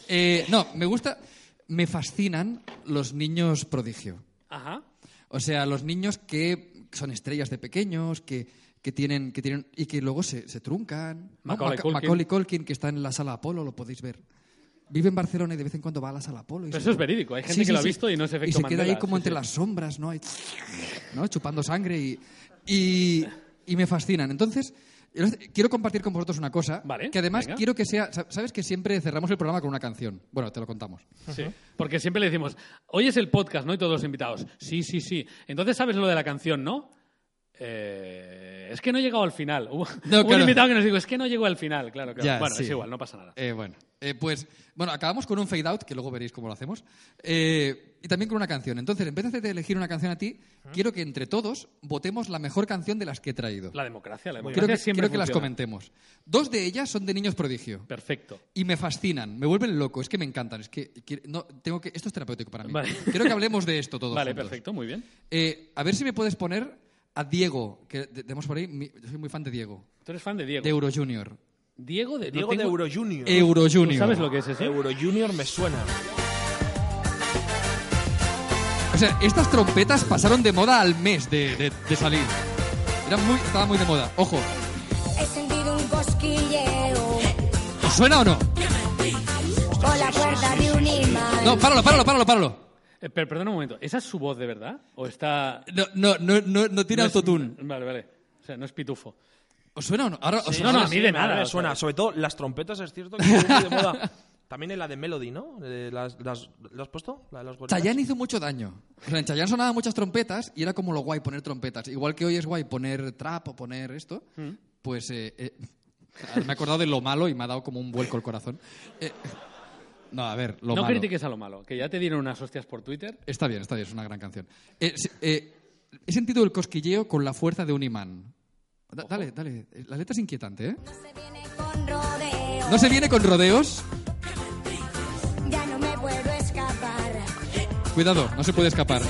eh, no, me gusta, me fascinan los niños prodigio.
Ajá.
O sea, los niños que son estrellas de pequeños, que, que tienen, que tienen y que luego se, se truncan. ¿no?
Macaulay
Maca-
Culkin.
Macaulay Culkin, que está en la sala Apolo, lo podéis ver. Vive en Barcelona y de vez en cuando va a la sala Apolo. y
Pero
se-
eso es verídico. Hay gente que lo ha visto y no es efecto
Y se queda ahí
Mandela,
como
sí,
entre
sí.
las sombras, ¿no? Ahí, [LAUGHS] ¿no? Chupando sangre y, y, y me fascinan. Entonces, yo les- quiero compartir con vosotros una cosa.
Vale,
que además
venga.
quiero que sea... sa- ¿Sabes que siempre cerramos el programa con una canción? Bueno, te lo contamos.
Sí. Porque siempre le decimos, hoy es el podcast, ¿no? Y todos los invitados. Sí, sí, sí. Entonces sabes lo de la canción, ¿no? Eh, es que no he llegado al final. [LAUGHS] Hubo,
No,
hubo un
claro.
invitado que nos dijo, es que no llegó al final. Claro, claro.
Ya,
bueno,
sí.
es igual, no pasa nada.
Eh, bueno, eh, pues bueno, acabamos con un fade out, que luego veréis cómo lo hacemos, eh, y también con una canción. Entonces, en vez de elegir una canción a ti, quiero que entre todos votemos la mejor canción de las que he traído.
La democracia, la democracia
Quiero que,
siempre
quiero que las
funciona.
comentemos. Dos de ellas son de niños prodigio.
Perfecto.
Y me fascinan, me vuelven loco, es que me encantan, es que que- no, tengo que esto es terapéutico para mí.
Vale.
Quiero que hablemos de esto todos.
Vale,
juntos.
perfecto, muy bien.
Eh, a ver si me puedes poner a Diego, que te- tenemos por ahí, mi- yo soy muy fan de Diego,
Tú eres fan de Diego.
de Euro Junior.
Diego de, no
Diego de
tengo-
Euro Junior.
Euro
¿Tú
Junior.
sabes lo que es eso?
Euro Junior me suena.
O sea, estas trompetas pasaron de moda al mes de, de- de salir. Era muy, estaba muy de moda. Ojo,
He sentido un cosquilleo
¿os suena o no?
o la cuerda de un imán.
No, páralo, páralo, páralo, páralo.
Eh, per- perdona un momento, ¿esa es su voz de verdad? ¿O está...?
No, no, no, no, no tiene
no es-
autotune.
Vale, vale. O sea, no es pitufo.
¿Os suena o no? Ahora, ¿os
Sí,
suena?
no, no, a mí de nada,
me
o sea.
suena. Sobre todo las trompetas,
[LAUGHS]
es cierto que son muy de moda. También en la de Melody, ¿no? Eh, las- las- ¿La has puesto? ¿La de los gorilas?
Chayanne hizo mucho daño. O sea, en Chayanne sonaban muchas trompetas y era como lo guay poner trompetas. Igual que hoy es guay poner trap o poner esto, pues eh, eh, me he acordado de lo malo y me ha dado como un vuelco el corazón. Eh, no, a ver, lo
no
malo.
critiques a lo malo, que ya te dieron unas hostias por Twitter.
Está bien, está bien, es una gran canción. Eh, se- eh, he sentido el cosquilleo con la fuerza de un imán. Da- dale, dale. La letra es inquietante, ¿eh?
No se viene con rodeo,
No se viene con rodeos.
ya no me puedo escapar.
Cuidado, no se puede escapar.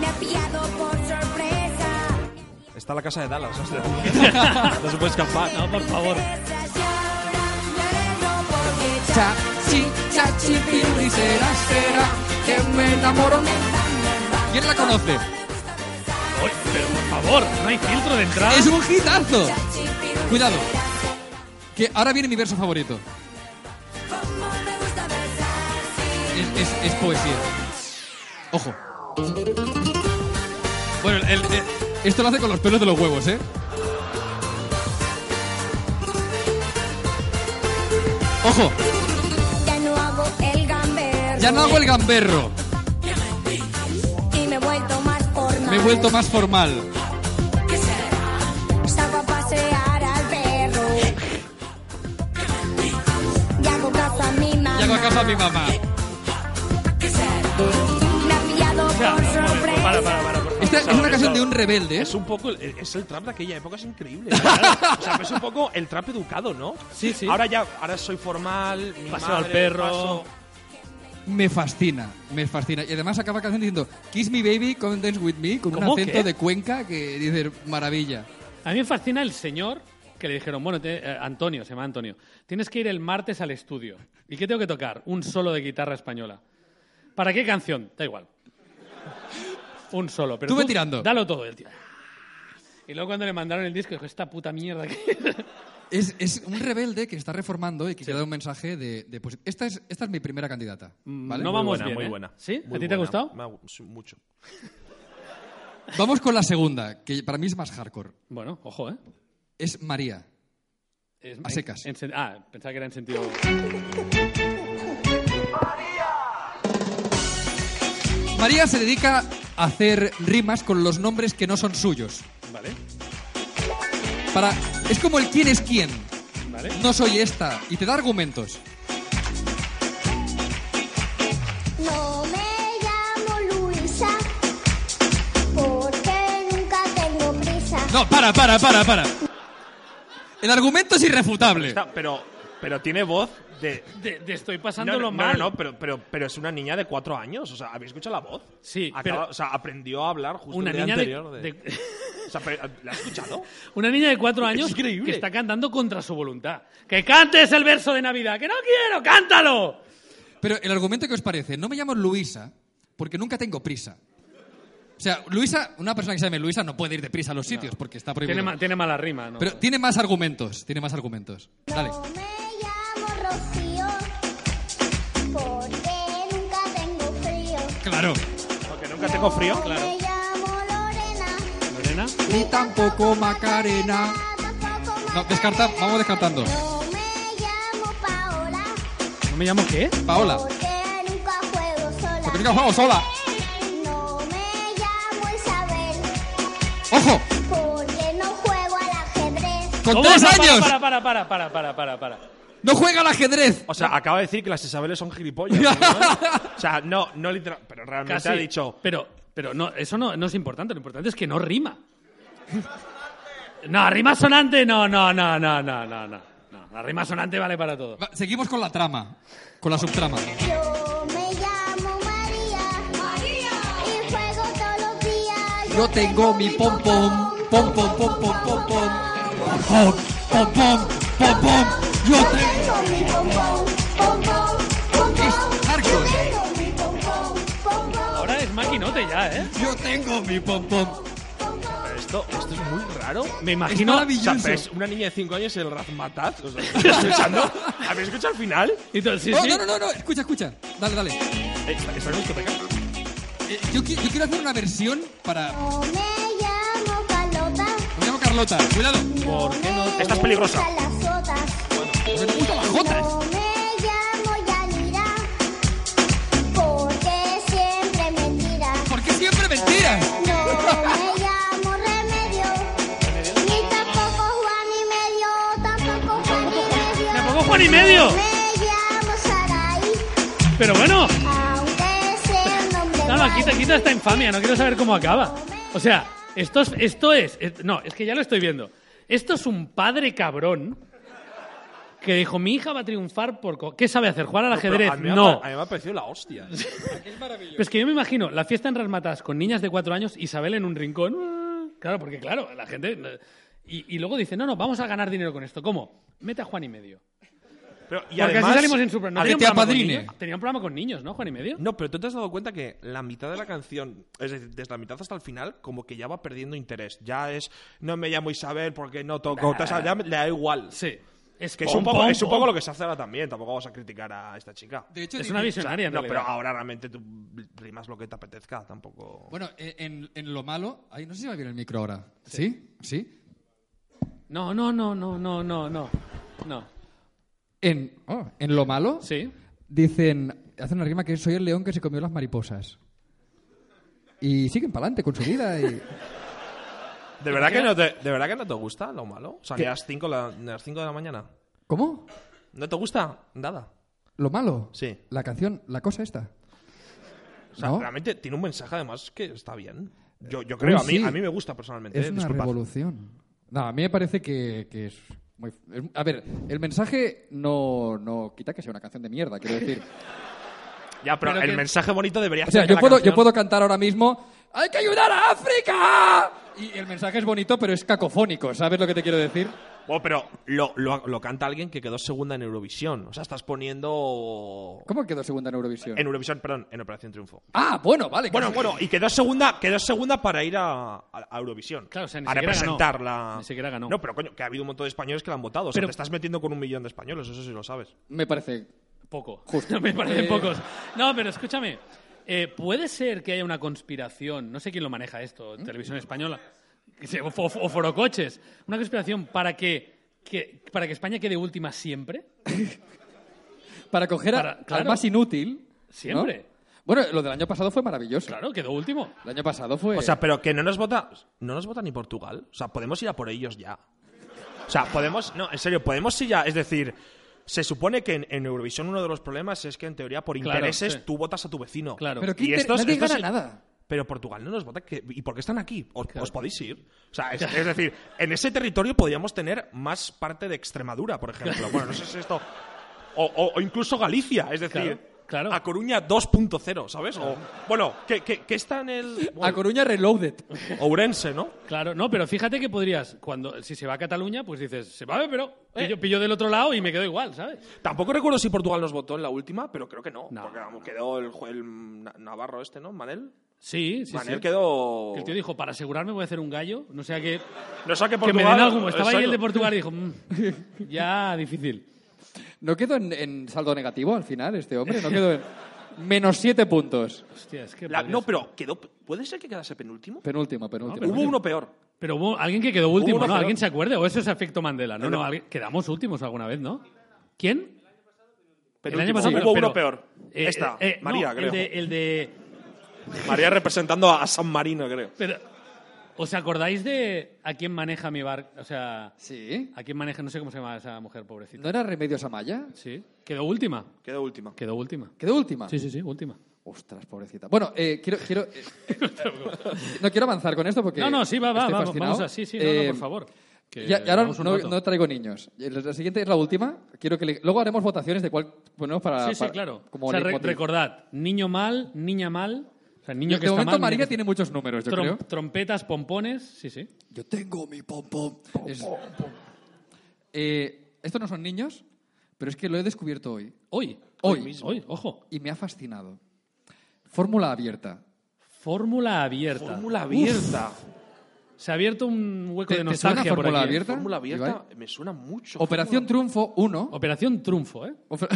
Me ha pillado por sorpresa.
Está la casa de Dallas, ostras. no se puede escapar.
No, por favor.
Estás y ahora me alegro porque ya
Chachi, chachi, piruli, será, será, que me enamoro. ¿Quién la conoce?
Uy, pero por favor, no hay filtro de entrada.
¡Es un hitazo! Cuidado. Que ahora viene mi verso favorito.
como me gusta besar. Sí,
Es, es- es poesía. Ojo. Bueno, el- el- esto lo hace con los pelos de los huevos, ¿eh? Ojo,
ya no hago el gamberro.
ya no hago el gamberro.
Y me he vuelto más formal.
Me he vuelto más formal.
Saco a pasear al perro. Y hago caso a mi mamá.
Llego a casa a mi mamá.
Me ha pillado
Claro,
por
no, no, para,
sorpresa.
para, para, por favor.
Esta es una
Sobre
canción
todo.
de un rebelde, ¿eh?
Es un poco, es el trap de aquella época, es
[LAUGHS]
increíble. ¿verdad? o sea, es un poco el trap educado, ¿no?
Sí, sí.
Ahora ya, ahora soy formal, mi
Paso
madre,
al perro.
paso-
Me fascina, me fascina. Y además acaba la canción diciendo Kiss me baby, come and dance with me, con un
¿Cómo
acento
qué?
de Cuenca que dice maravilla.
A mí me fascina el señor que le dijeron, bueno, te- eh, Antonio, se llama Antonio, tienes que ir el martes al estudio. ¿Y qué tengo que tocar? Un solo de guitarra española. ¿Para qué canción? Da igual. [LAUGHS] Un solo. Pero
Tú ve tirando.
Dalo todo, el tío. Y luego cuando le mandaron el disco, dijo, esta puta mierda que... [LAUGHS]
Es, es un rebelde que está reformando y que quiere dar un mensaje de, de posi- esta es Esta es mi primera candidata. ¿vale?
No
Muy
vamos
buena,
bien,
muy
¿eh?
buena.
¿Sí?
Muy
¿A ti te ha
buena.
gustado?
Me ha gu- sí, mucho.
Vamos con la segunda, que para mí es más hardcore.
Bueno, ojo, ¿eh?
Es María.
Es-
A secas.
en sen- ah, pensaba que era en sentido...
María se dedica a hacer rimas con los nombres que no son suyos.
Vale,
Para, es como el quién es quién.
vale.
No soy esta. Y te da argumentos.
No me llamo Luisa porque nunca tengo prisa.
No, para, para, para, para. El argumento es irrefutable.
Está- pero, pero tiene voz de...
De, de estoy
No,
pasándolo
no, no,
mal.
no, pero, pero, pero es una niña de cuatro años. O sea, ¿habéis escuchado la voz?
Sí,
Acaba-
pero-
O sea, aprendió a hablar justo
Una
el día
niña de-
anterior. De,
de-
O sea, pero, ¿la
[LAUGHS]
has escuchado?
Una niña de cuatro
Es
años
increíble.
que está cantando contra su voluntad. ¡Que cantes el verso de Navidad! ¡Que no quiero! ¡Cántalo!
Pero el argumento que os parece, no me llamo Luisa porque nunca tengo prisa. O sea, Luisa, una persona que se llame Luisa no puede ir de prisa a los sitios porque está prohibido.
Tiene, ma- tiene mala rima, ¿no?
Pero tiene más argumentos, tiene más argumentos. Dale.
No me llamo Rocío porque nunca tengo frío.
Claro.
Porque nunca tengo frío.
No me llamo Lorena.
Lorena.
Ni tampoco Macarena.
tampoco
No,
Macarena.
descarta, vamos descartando.
No me llamo Paola
¿No me llamo qué?
Paola.
porque nunca juego sola.
Porque nunca juego sola.
No me llamo Isabel
¡Ojo!
porque no juego al ajedrez.
¡Con
¿Cómo?
tres
No, para,
años!
Para, para, para, para, para, para, para.
¡No juega al ajedrez!
O sea, acaba de decir que las Isabeles son gilipollas. ¿no?
[LAUGHS]
o sea, no, no literal. Pero realmente
Casi.
ha dicho.
Pero, pero no, eso no, no es importante. Lo importante es que no rima. [LAUGHS] No, rima sonante, no, no, no, no, no, no, no. No, La rima sonante vale para todo.
Va, seguimos con la trama. Con la subtrama.
Yo me llamo María, María, y juego todos los días.
Yo tengo mi pom pom, pom pom pom pom pom pom, pom pom pom pom pom. Yo
Yo
tengo.
tengo mi pom pom, pom pom, pom
Es
pom.
hardcore.
Yo tengo mi pom pom, pom pom.
Ahora es maquinote ya, ¿eh?
Yo tengo mi pom pom.
Pero esto, esto es muy raro.
Me
Es
imagino...
O sea,
maravilloso.
[LAUGHS]
pero es "Pues una niña de 5 años y el Razmataz. O sea,
[LAUGHS]
¿estás escuchando? ¿Habéis escuchado al final?
Y todo- sí,
Oh,
sí.
no, no, no, no, escucha, escucha. Dale, dale.
Eh, ¿Está está en discoteca?
Eh, yo, qui- yo quiero hacer una versión para.
No me llamo Carlota,
Me llamo Carlota, cuidado.
no pues me
Estás peligrosa.
gustan las sotas.
Me gustan las jotas.
No me llamo Yanira, porque siempre me tira.
¿Por qué siempre mentiras?
No me llamo Remedio, ni tampoco Juan y medio, tampoco Juan y medio.
Tampoco Juan y medio.
No me llamo Sarai,
Pero bueno,
aunque sea el nombre.
Nada,
mal.
quita, quita esta infamia, no quiero saber cómo acaba. O sea, esto es, esto es, es- No, es que ya lo estoy viendo. Esto es un padre cabrón que dijo, mi hija va a triunfar por... co- ¿Qué sabe hacer? ¿Jugar al ajedrez?
A mí me ha
No.
pa- A mí me ha parecido la hostia.
Pues que yo me imagino la fiesta en Rasmatas con niñas de cuatro años, Isabel en un rincón. ah, Claro, porque claro, la gente... eh, Y, y luego dice, no, no, vamos a ganar dinero con esto. ¿Cómo? Mete a Juan y medio.
Pero, y
porque
además,
así salimos en Super. ¿no
a que
tenía un
te
programa con
apadrine.
niños? Tenía un programa con niños, ¿no, Juan y medio?
No, pero tú te has dado cuenta que la mitad de la canción, es decir, desde la mitad hasta el final, como que ya va perdiendo interés. Ya es, no me llamo Isabel porque no toco. tal, ya me- le da igual.
Sí. Es
Que es un, poco, es un poco lo que se hace ahora también. Tampoco vamos a criticar a esta chica.
De hecho,
Es
di-
una visionaria, en
No, pero
realidad.
ahora realmente tú rimas lo que te apetezca. Tampoco.
Bueno, eh, en, en lo malo... Ay, no sé si va bien el micro ahora. ¿Sí? ¿Sí?
No, no, no, no, no, no, no. No.
En, oh, en lo malo
Sí.
Dicen, hacen una rima que soy el león que se comió las mariposas. Y siguen para adelante con su vida. Y...
¿De verdad, que no te, ¿De verdad que no te gusta lo malo? O sea, ni a las 5 la- ni a las 5 de la mañana.
¿Cómo?
¿No te gusta? Nada.
¿Lo malo?
Sí.
La canción, la cosa esta.
O sea,
¿No?
realmente tiene un mensaje además que está bien. Yo, yo creo, a, mí,
sí.
a mí me gusta personalmente.
Es
eh,
una
disculpad.
revolución. No, a mí me parece que, que es muy... es- a ver, el mensaje no, no quita que sea una canción de mierda, quiero
[LAUGHS]
decir.
Ya, pero,
Pero
el
que-
mensaje bonito debería
O
ser.
sea,
que
yo
la
puedo,
canción-
yo puedo cantar ahora mismo ¡Hay que ayudar a África! Y el mensaje es bonito, pero es cacofónico, ¿sabes lo que te quiero decir?
Bueno, Oh, pero lo, lo- lo canta alguien que quedó segunda en Eurovisión. O sea, estás poniendo.
¿Cómo quedó segunda en Eurovisión?
En Eurovisión, perdón, en Operación Triunfo.
Ah, bueno, vale.
Bueno,
casi.
bueno, y quedó segunda, quedó segunda para ir a, a- a Eurovisión.
Claro, o sea, ni
a
siquiera
representar
ganó.
la.
Ni siquiera ganó.
No, pero coño, que ha habido un montón de españoles que la han votado. O sea,
Pero-
te estás metiendo con un millón de españoles, eso sí lo sabes.
Me parece...
Poco.
Justo.
No [LAUGHS] me parecen
Eh.
pocos. No, pero escúchame. eh, ¿Puede ser que haya una conspiración? No sé quién lo maneja esto,
¿Mm?
Televisión Española. que se- O, o- o Forocoches. Una conspiración para que, que- para que España quede última siempre.
Para coger a-
Para- claro.
al más inútil... ¿no?
Siempre.
Bueno, lo del año pasado fue maravilloso.
Claro, quedó último.
El año pasado fue...
O sea, pero que no nos vota. No nos vota ni Portugal. O sea, podemos ir a por ellos ya. O sea, podemos. No, en serio, podemos ir ya. Es decir. Se supone que en, en Eurovisión uno de los problemas es que en teoría por
Claro,
intereses
sí.
tú votas a tu vecino.
Claro.
pero qué
Y
inter-
estos-
nadie
estos-
gana nada.
Pero Portugal no nos vota. que- ¿Y por qué están aquí? Os, os podéis ir. O sea,
[LAUGHS]
es, es decir, en ese territorio podríamos tener más parte de Extremadura,
[LAUGHS]
por ejemplo. Bueno, no sé si esto. O, o- o incluso Galicia, es decir.
Claro, claro.
A Coruña 2.0, ¿sabes? O, bueno, que, que- que está en
[LAUGHS]
el.
A Coruña Reloaded.
Ourense, ¿no?
Claro, no, pero fíjate que podrías, cuando si se va a Cataluña, pues dices, se va, pero
Eh.
pillo, pillo del otro lado y me quedo igual, ¿sabes?
Tampoco recuerdo si Portugal nos votó en la última, pero creo que no.
No,
porque vamos, quedó el, jue- el na- Navarro este, ¿no? Manel.
Sí, sí,
Manel
sí.
quedó.
Que El tío dijo, para asegurarme voy a hacer un gallo, no sea que,
No saque
que me
Portugal.
den algo. Estaba ahí el
exacto.
de Portugal y dijo, "Mm,
[LAUGHS]
ya, difícil.
No quedó en, en saldo negativo al final este hombre, no
[LAUGHS]
quedó en menos siete puntos.
Hostia, es que
La-
podría
no,
ser.
pero quedó. ¿Puede ser que quedase penúltimo?
Penúltimo, penúltimo.
Hubo uno peor.
Pero hubo alguien que quedó último,
uno
¿no?
que-
¿Alguien se acuerde? ¿O ese es efecto Mandela? No,
El-
no, alguien- quedamos últimos alguna vez, ¿no? ¿Quién?
Penúltimo.
pasado,
hubo
pero-
uno peor.
Eh,
Esta,
eh, eh, no,
María, creo.
El de, el de-
María representando a San Marino, creo.
pero- ¿Os acordáis de a quién maneja mi bar? O sea,
Sí.
a quién maneja, no sé cómo se llama esa mujer, pobrecita.
¿No era Remedios Amaya?
Sí, quedó última.
Quedó última.
Quedó última.
Quedó última.
Sí, sí, sí, última.
Ostras, pobrecita. Bueno, eh, quiero, quiero, eh,
[LAUGHS]
no quiero avanzar con esto porque
No, no, sí,
Eh,
va, va,
estoy
va,
fascinado.
vamos a... Sí, sí, no,
Eh,
no, por favor. Que
ya- y ahora
vamos un
no,
rato.
no traigo niños. La siguiente es la última. Quiero que le- luego haremos votaciones de cuál ponemos para.
Sí, sí,
para-
claro.
Como
o sea, re-
leitmotiv.
recordad, niño mal, niña mal. O sea, niño que
de
está
momento
mal,
María
niño que-
tiene muchos números, yo
Trom-
creo.
Trompetas, pompones, sí, sí.
Yo tengo mi pompón. Es- Eh, estos no son niños, pero es que lo he descubierto hoy.
Hoy.
Hoy.
Hoy, ojo.
Y me ha fascinado. Fórmula abierta.
Fórmula abierta.
Fórmula abierta.
Se ha abierto un hueco
¿Te-
de
te suena
nostalgia por
fórmula
aquí. ¿eh?
abierta?
Fórmula abierta
Ibai.
me suena mucho.
Operación Triunfo 1.
Operación Triunfo, ¿eh?
O sea,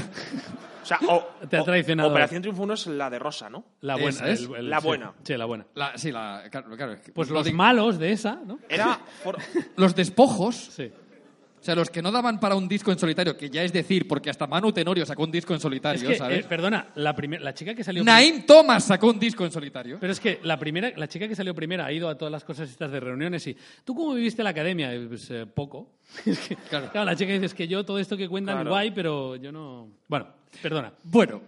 o-
Te ha
o-
traicionado.
Operación Triunfo 1 es la de Rosa, ¿no?
La buena. ¿eh?
Esa es.
La
sí.
buena.
Sí, la buena.
[LAUGHS] La- sí, la, claro, claro, es que-
Pues
lo
los
de-
malos de esa, ¿no? [LAUGHS]
Era. for-
los despojos,
Sí.
o sea, los que no daban para un disco en solitario, que ya es decir, porque hasta Manu Tenorio sacó un disco en solitario,
Es que,
¿sabes?
eh, perdona, la, primer- la chica que salió...
Naim Thomas sacó un disco en solitario.
Pero es que la primera, la chica que salió primera ha ido a todas las cosas estas de reuniones y ¿tú cómo viviste la academia? Y, Pues eh, poco. [LAUGHS] Es que, claro.
Claro.
la chica dice es que yo todo esto que cuentan
Claro.
guay, pero yo no. Bueno, perdona.
Bueno,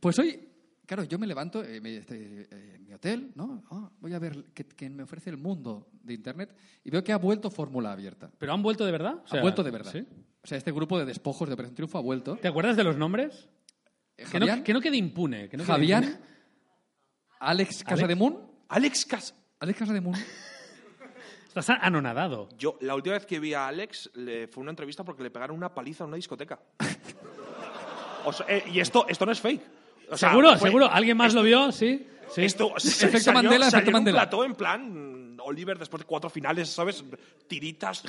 pues hoy, claro, yo me levanto eh, me- estoy, eh, en mi hotel, ¿no? Ah, voy a ver qué, qué me ofrece el mundo de Internet y veo que ha vuelto fórmula abierta.
Pero han vuelto de verdad. O sea,
ha vuelto de verdad.
¿sí?
O sea, este grupo de despojos de Operación Triunfo ha vuelto.
¿Te acuerdas de los nombres?
Eh,
Que no,
Javián,
que no quede impune. Que no quede impune.
Javián, Alex Casademun.
Alex Cas.
Alex Casademun.
Estás anonadado.
Yo, la última vez que vi a Alex le, fue una entrevista porque le pegaron una paliza en
[LAUGHS]
una discoteca. O sea, eh, y esto, esto no es fake. O sea,
seguro,
fue-
seguro. ¿Alguien más lo vio? Sí. sí.
[LAUGHS] Esto
Efecto Mandela, efecto
salió en un
Mandela.
plató en plan Oliver después de cuatro finales, ¿sabes? Tiritas,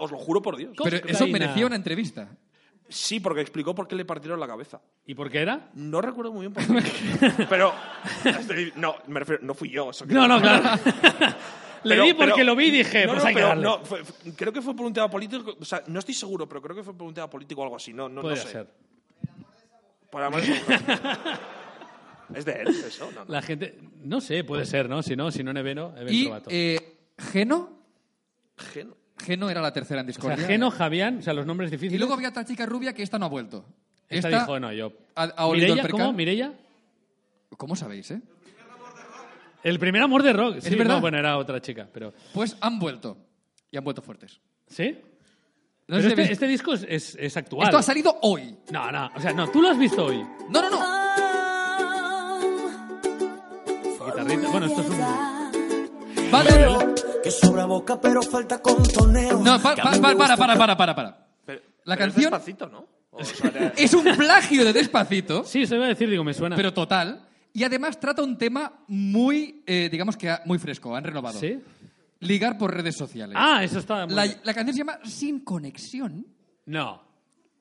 os lo juro por Dios.
¿Cómo?
Pero eso
Cocaína.
merecía una entrevista.
Sí, porque explicó por qué le partieron la cabeza.
¿Y por qué era?
No recuerdo muy bien por
[LAUGHS]
qué. Pero [LAUGHS] estoy- no, me refiero, no fui yo. eso
No,
creo.
no,
[LAUGHS]
claro. [LAUGHS] Le
Pero-
di porque
pero-
lo vi y dije,
no,
pues
no,
hay que
pero
darle.
no, fue- fue- creo que fue por un tema político, o sea, no estoy seguro, pero creo que fue por un tema político o algo así, no, no, no
Podría
sé.
ser.
Por amor de- [LAUGHS] es de él, eso, no, no.
La gente. No sé, puede ser, ¿no? Si no, si no en Eveno, Eben
Y
Trovato.
eh, Geno.
Gen-
Geno era la tercera en
o sea,
discordia.
Geno, Javián, o sea, los nombres difíciles.
Y luego había otra chica rubia que esta no ha vuelto.
Esta, dijo, no, yo.
ha- ha olido el
Mireia,
percal.
¿Cómo? ¿Mireia?
¿Cómo sabéis, eh?
El primer amor de rock. Sí,
verdad.
no, bueno, era otra chica, pero.
Pues han vuelto. Y han vuelto fuertes.
¿Sí?
No
Pero
sé si
este,
habéis-
este disco es, es- es actual.
Esto ha salido hoy.
No, no, o sea, no, tú lo has visto hoy.
No, no, no.
Guitarrita. Bueno, esto es un.
Va de-
Que sobra boca, pero falta contoneo.
No, pa-
Que a
pa-
mí
pa-
me
para,
gusta
para, para, para, para.
pero-
La
pero es
canción-
despacito, ¿no? O sea, de-
Es un plagio de despacito,
Sí, se iba a decir, digo, me suena.
pero total. Y además trata un tema muy, eh, digamos que ah, muy fresco, han renovado.
¿Sí?
Ligar por redes sociales.
Ah, eso está. Muy
la,
bien.
la canción se llama Sin Conexión.
No.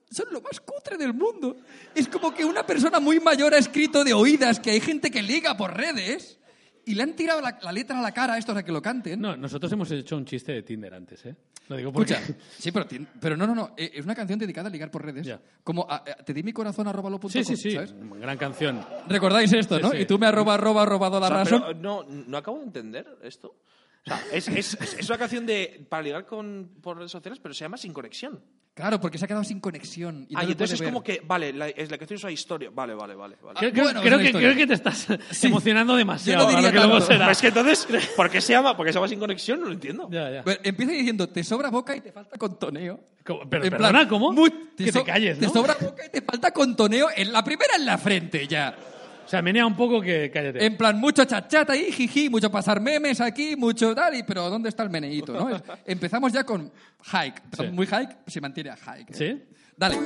Son lo más cutre del mundo. Es como que una persona muy mayor ha escrito de oídas que hay gente que liga por redes y le han tirado la, la letra a la cara a estos a que lo canten.
No, nosotros hemos hecho un chiste de Tinder antes, ¿eh? Lo digo porque.
Escucha, sí, pero, tien- pero no, no, no. eh, Es una canción dedicada a ligar por redes.
Ya.
Como a- a- te di mi corazón arroba lo punto
Sí, sí,
com,
sí.
¿sabes?
Gran canción.
Recordáis esto, ¿no?
sí.
Y tú me arroba arroba robado la
o sea,
razón.
pero, eh, no, no acabo de entender esto. O sea, es, es- es- es una canción de para ligar con, por redes sociales, pero se llama Sin Conexión.
Claro, porque se ha quedado sin conexión. Y no
ah,
lo
y entonces es
puede ver.
como que, vale, la, es la canción es una historia. Vale, vale, vale. vale.
Creo, creo-
Ah, bueno, es
creo
una
que,
historia.
creo que te estás [LAUGHS] emocionando demasiado.
Yo
ahora
no diría
que luego
tanto. Pues,
será.
Es que entonces, ¿por qué se llama? ¿Por qué se llama Sin Conexión? No lo entiendo.
Ya, ya.
Bueno, empieza diciendo, te sobra boca y te falta contoneo.
¿Cómo? Pero,
En
perdona,
plan,
¿cómo?
muy-
que
so-
te calles, ¿no?
Te sobra boca y te falta contoneo en la primera en la frente ya.
O sea, menea un poco que cállate.
En plan, mucho chachata ahí, jiji, mucho pasar memes aquí, mucho tal, y- pero ¿dónde está el meneíto, no? Es- Empezamos ya con hike. Empezamos
Sí.
Muy hike, se mantiene a hike. ¿eh?
¿Sí?
Dale.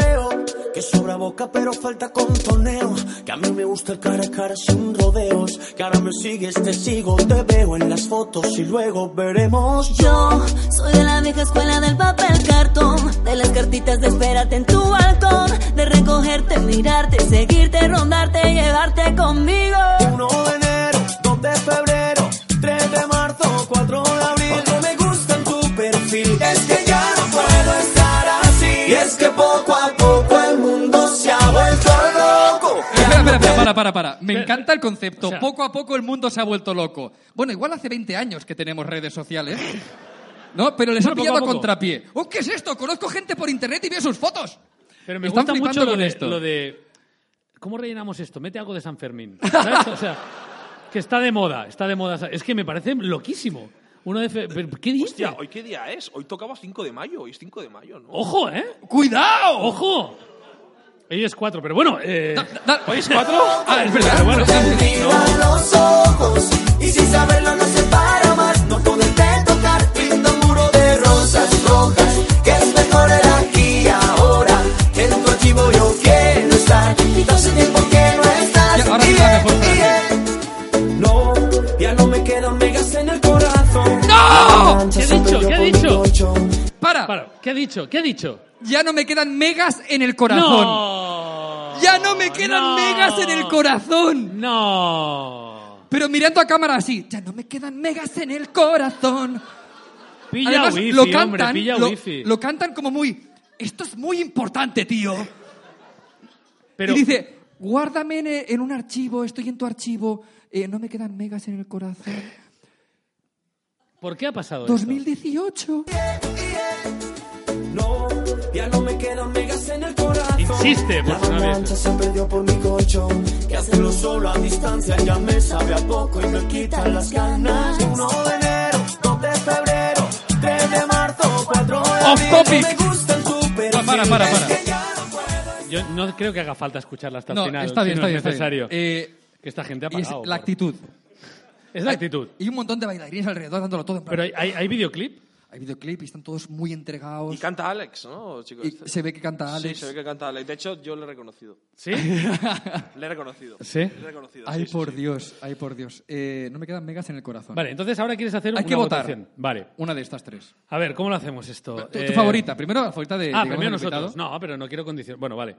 Veo que sobra boca, pero falta contoneo. Que a mí me gusta el cara a cara sin rodeos. Que ahora me sigues, te sigo, te veo en las fotos y luego veremos.
Yo soy de la vieja escuela del papel cartón, de las cartitas de espérate en tu balcón, de recogerte, mirarte, seguirte, rondarte, llevarte conmigo.
1 de enero, 2 de febrero, 3 de marzo, 4 de abril. Otro me gusta en tu perfil. Es que ya no puedo estar así. Y es que poco a poco el mundo se ha vuelto loco.
Espera, espera, espera, para, para, para. Me encanta el concepto.
o sea-
poco a poco el mundo se ha vuelto loco. Bueno, igual hace 20 años que tenemos redes sociales. ¿No? Pero les ha
Bueno, poco
pillado
a
a
poco.
contrapié. ¡Oh, qué es esto! Conozco gente por internet y veo sus fotos.
Pero me
Están
gusta mucho
flipando
lo
con
de,
esto.
lo de- ¿Cómo rellenamos esto? Mete algo de San Fermín. ¿sabes? O sea, que está de moda, está de moda. Es que me parece loquísimo. Uno de fe- pero, ¿Qué dices?
Hostia, ¿hoy qué día es? Hoy tocaba 5 de mayo, hoy es 5 de mayo, ¿no?
¡Ojo, eh!
¡Cuidado!
¡Ojo! Hoy es cuatro, pero bueno. eh,
Da-
¿Hoy es 4?
Ah, es verdad.
Pero bueno,
Mira los ojos y sin saberlo no se para más. No poderte tocar, pinta un muro de rosas rojas. Que es mejor el aquí y ahora. Que en tu archivo yo quiero estar. Y todo ese tiempo que no
Ya,
estás.
ahora
Y
sí la
bien,
mejor
y bien. No, ya no me quedan megas en el corazón.
¡No!
¿Qué ha dicho? ¿Qué ha dicho?
Para.
Para, ¿qué ha dicho? ¿Qué ha dicho?
Ya no me quedan megas en el corazón.
¡No!
Ya no me quedan
¡No!
megas en el corazón.
¡No!
Pero mirando a cámara así, ya no me quedan megas en el corazón.
Pilla
Además,
wifi,
lo cantan,
hombre, pilla
lo,
wifi.
lo cantan como muy, esto es muy importante, tío.
pero,
Y dice, guárdame en, eh, en un archivo, estoy en tu archivo, eh, no me quedan megas en el corazón.
¿por qué ha pasado esto?
2018.
No, ya no me quedan megas en el corazón.
Insiste, por
La
una vez.
mancha se perdió por mi colchón. Que hacerlo solo a distancia ya me sabe a poco y me quitan las ganas. 1 de enero, 2 de febrero, 3 de marzo, 4 de
Off topic.
Ah, para, para, para. Yo no creo que haga falta escucharla hasta el
No,
final.
está bien,
si
está
no
bien.
es
está bien.
necesario.
Eh,
que esta gente ha
y es
pagado.
la
por-
actitud.
Es la actitud.
Y un montón de bailarines alrededor dándolo todo. En plan,
Pero hay, hay, hay videoclip.
hay videoclip y están todos muy entregados.
Y canta Alex, ¿no, chicos?
Pues
este-
Y se ve que canta Alex. [LAUGHS]
Sí, se ve que canta Alex. De hecho, yo le he reconocido.
¿Sí?
Le he reconocido.
¿Sí?
Le he reconocido.
Ay,
sí,
por
sí, sí.
Dios, ay, por Dios. Eh, no me quedan megas en el corazón.
Vale, entonces ahora quieres hacer
Hay
una
que votar.
votación. Vale.
Una de estas tres.
A ver, ¿cómo lo hacemos esto?
Tu, tu
Eh,
favorita. Primero la favorita
Ah,
de. digamos,
primero
del
nosotros.
invitado.
No, pero no quiero condicionar. Bueno, vale.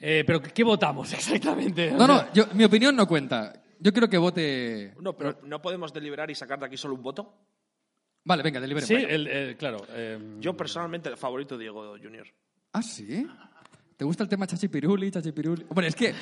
Eh, pero ¿qué votamos [LAUGHS] exactamente?
No, no, yo- mi opinión no cuenta. Yo creo que vote.
No, pero ¿no podemos deliberar y sacar de aquí solo un voto?
Vale, venga, deliberemos.
Sí, el- el- claro. eh,
Yo personalmente el favorito Diego Junior.
Ah, sí. ¿Te gusta el tema chachipiruli, chachipiruli? Hombre, es que.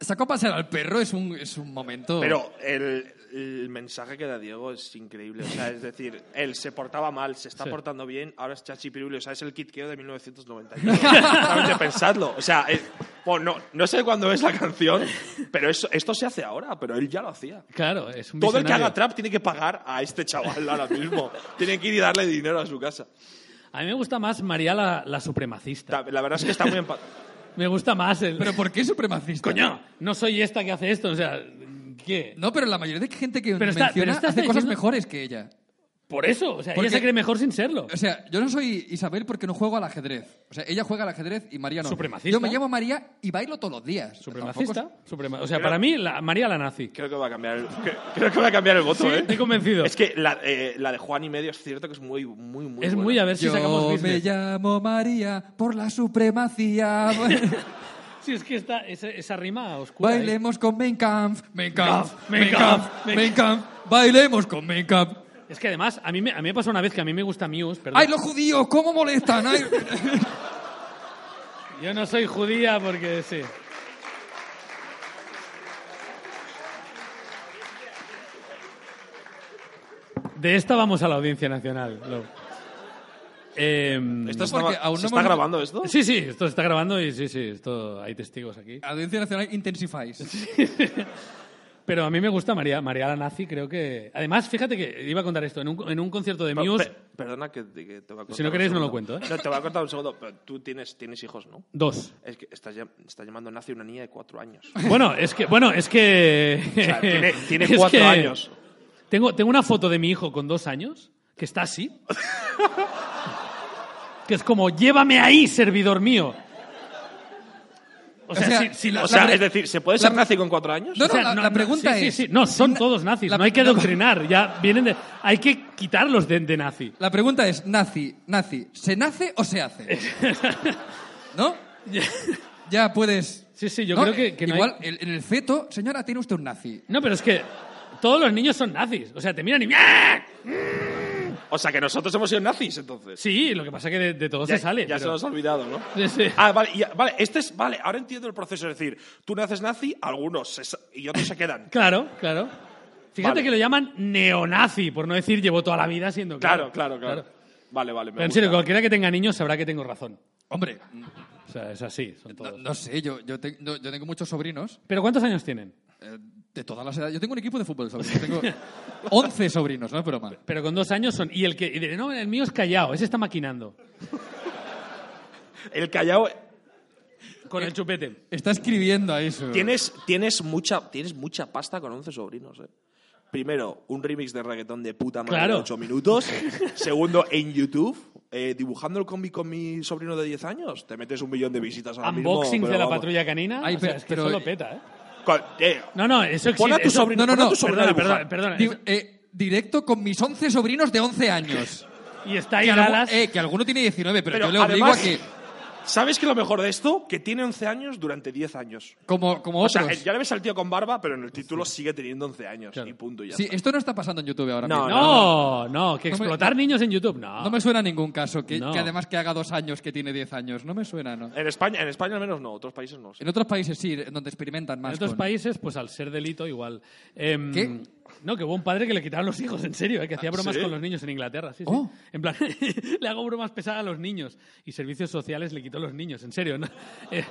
Sacó a pasear al perro es un, es un momento.
Pero el, el mensaje que da Diego es increíble. O sea, es decir, él se portaba mal, se está portando bien, ahora es Chachi Pirulio. O sea, es el kitqueo de 1991. Realmente pensadlo. O sea, es- bueno, no, no sé cuándo es la canción, pero eso- esto se hace ahora, pero él ya lo hacía.
Claro, es un
Todo el que
visionario.
haga trap tiene que pagar a este chaval ahora mismo. tiene que ir y darle dinero a su casa.
A mí me gusta más María la, la supremacista.
Ta- La verdad es que está muy empatado.
Me gusta más el...
¿Pero por qué supremacista?
Coño, no soy esta que hace esto, o sea, ¿qué?
No, pero la mayoría de gente que
Pero está-
menciona
pero está
hace cosas
diciendo-
mejores que ella.
Por eso, o sea,
Porque-
ella se cree mejor sin serlo.
O sea, yo no soy Isabel porque no juego al ajedrez. O sea, ella juega al ajedrez y María no.
Supremacista.
Yo me llamo María y bailo todos los días.
Supremacista,
Tampoco
suprema- o sea,
Eh,
para mí, la, María la nazi.
Creo que va a cambiar el, cre- creo que va a cambiar el voto,
Sí,
¿eh?
estoy convencido.
Es que la, eh, la de Juan y medio es cierto que es muy, muy, muy
es
buena.
muy a ver
es-
si sacamos
Yo me
business.
llamo María por la supremacía.
[LAUGHS] Sí, es que está esa, esa rima oscura. ahí.
Bailemos con Mein Kampf, Mein Kampf, Mein
Mein
Kampf,
Kampf,
Mein Kampf. Bailemos con Mein Kampf.
¿eh? Es que además, a mí, me, a mí me pasó una vez que a mí me gusta Muse, perdón.
¡Ay, los judíos! ¿Cómo molestan?
[LAUGHS]
Ay.
Yo no soy judía porque sí. De esta vamos a la Audiencia Nacional. Lau. Em,
¿Esto está,
Porque
gra-
aún
¿se
no
está
hemos-
grabando esto?
Sí, sí, esto se está grabando y sí, sí, esto hay testigos aquí.
Audiencia Nacional intensifáis.
Pero a mí me gusta María, María la Nazi, creo que... Además, fíjate que iba a contar esto, en un, en un concierto de
Pa-
Muse,
pe- perdona que, te- que te voy a contar
Si no
un
queréis, no lo
segundo.
cuento, ¿eh?
No, te voy a contar un segundo. Pero tú tienes, tienes hijos, ¿no?
dos.
Es que estás, llam- está llamando nazi una niña de cuatro años.
Bueno, es que... Bueno, es que...
O
[LAUGHS]
sea, tiene, tiene
es
cuatro
que-
años.
Tengo, tengo una foto de mi hijo con dos años, que está así. que es como, llévame ahí, servidor mío. O sea,
sea,
si- si [LAUGHS]
la-
la-
O sea,
pre-
es decir, ¿se puede ser nazi con cuatro años?
No,
o sea,
no, la, la pregunta
sí,
es...
Sí, sí, no, son
na-
todos nazis,
la-
no hay que
no.
adoctrinar, ya vienen de... Hay que quitarlos de, de nazi.
La pregunta es, nazi, nazi, ¿se nace o
[LAUGHS]
se hace? ¿No? Ya puedes...
Sí, sí, yo
¿no? eh,
creo que, que no hay-
Igual, el- en el feto, señora, tiene usted un nazi.
No, pero es que todos los niños son nazis. O sea, te miran y... ¡Ah!
O sea, que nosotros hemos sido nazis, entonces.
Sí, lo que pasa es que de, de todos
ya
se sale.
ya se
pero- [LAUGHS]
nos ha olvidado, ¿no?
Sí, sí.
Ah, vale, y- vale, este es, vale, ahora entiendo el proceso. Es decir, tú naces nazi, algunos se sa- y otros
[LAUGHS]
se quedan.
Claro, claro. Fíjate
Vale.
que lo llaman neonazi, por no decir llevo toda la vida siendo...
Claro, claro, claro. Vale, vale. me
Pero en
gusta.
serio, cualquiera que tenga niños sabrá que tengo razón.
Hombre,
O sea, es así, son
no,
todos.
no sé, yo, yo, te- no, yo tengo muchos sobrinos
¿Pero cuántos años tienen?
eh, de todas las edades. Yo tengo un equipo de fútbol de sobrinos.
[LAUGHS]
Tengo 11 sobrinos, no es broma.
Pero con dos años son... Y el que... y de- no, el mío es callado, ese está maquinando.
El Callao
Con el chupete.
Está escribiendo ahí su...
Tienes, tienes, mucha, tienes mucha pasta con 11 sobrinos, eh. Primero, un remix de reggaetón de puta madre
Claro.
de
[LAUGHS]
8 minutos. Segundo, en YouTube, eh, dibujando el cómic con mi sobrino de 10 años. Te metes un millón de visitas ahora mismo.
Unboxings
pero
de la
vamos.
patrulla canina.
Ay,
o sea,
pero-
es que
pero-
solo peta, ¿eh?
Con- eh,
No, no, eso existe.
Pon a tu
eso-
sobrino,
no, no,
pon a
no,
tu sobrino a
Perdona,
dibujar.
perdona, perdona.
Di- eh, directo con mis 11 sobrinos de 11
[LAUGHS]
años.
Y está ahí
que, algu-
Dallas.
eh, que alguno tiene 19, pero,
Pero
yo le obligo
además-
a que...
¿Sabes qué es lo mejor de esto? Que tiene 11 años durante 10 años.
Como, como
O sea,
otros.
eh, ya le ves al tío con barba, pero en el título sigue teniendo 11 años. Y punto, y ya
Sí,
está.
esto no está pasando en YouTube ahora
No,
mismo.
No, no, que
No me-
explotar niños en YouTube, no.
No me suena a ningún caso, que,
No.
que además que haga dos años que tiene diez años. No me suena, ¿no?
En España, en España al menos no, otros países no. sí.
En otros países sí, en donde experimentan más.
En otros
con-
países, pues al ser delito, igual. Em,
¿Qué? Ah,
No, que hubo un padre que le quitaron los hijos, en serio, eh, que hacía bromas
¿sí?
con los niños en Inglaterra. Sí, sí.
Oh.
En plan, [LAUGHS] le hago bromas pesadas a los niños. Y servicios sociales le quitó los niños, en serio. ¿no? Eh,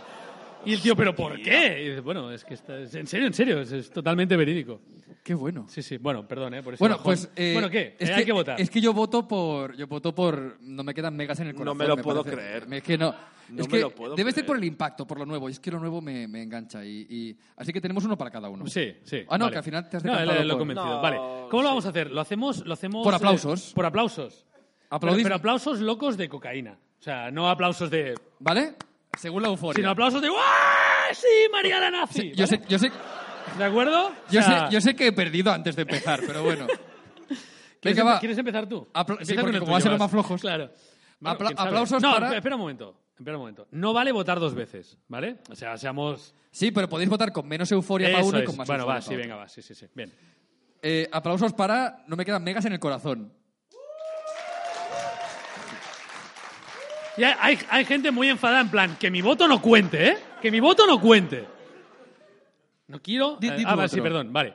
y el tío, ¿pero por qué? Y dice, bueno, es que está- es- en serio, en serio, es, es totalmente verídico.
Qué bueno.
Sí, sí. Bueno, perdón, ¿eh? Por ese
Bueno,
bajón.
pues. eh,
bueno, ¿qué?
Es
Eh,
que,
Hay que votar.
Es que yo voto por. Yo voto por. No me quedan megas en el
No
corazón.
me lo puedo
parece.
creer.
Me- Es que no.
No
es
me
que
lo puedo
debe ser
creer.
por el impacto, por lo nuevo. Y es que lo nuevo me, me engancha. Y, y- Así que tenemos uno para cada uno.
Sí, sí.
Ah, no,
vale.
que al final te has
No,
decantado
él- él lo he
por-
convencido.
No,
vale. ¿Cómo lo vamos a hacer? ¿Lo hacemos, lo hacemos
Por
eh,
aplausos.
por aplausos.
Aplaudid-
Pero, pero aplausos locos de cocaína. O sea, no aplausos de.
¿Vale? Según la euforia.
Sino aplausos de. ¡Uah! ¡Sí, María la nazi!
Yo sé, yo sé,
¿vale? ¿De acuerdo? O
yo sé,
sea,
yo sé que he perdido antes de empezar, pero bueno.
[LAUGHS] ¿quieres,
Venga,
empe-
va.
¿Quieres empezar tú?
Apla- sí,
Empieza
porque
con el
como
tuyo,
va a ser los
vas.
más flojos.
Claro. Bueno,
Apla-
quién sabe.
aplausos
no,
para-
espera un momento. Espera un momento. No vale votar dos veces, ¿vale? O sea, seamos.
Sí, pero podéis votar con menos euforia para
em- Eso
uno y
es.
con más
Bueno,
euforia
va,
para
sí,
otro.
venga, va. Sí, sí, sí. Bien.
Eh, aplausos para No me quedan megas en el corazón.
Y hay, hay- hay gente muy enfadada en plan, que mi voto no cuente, ¿eh? Que mi voto no cuente. No quiero...
Di-
eh,
di tu
ah, va,
otro.
sí, perdón, vale.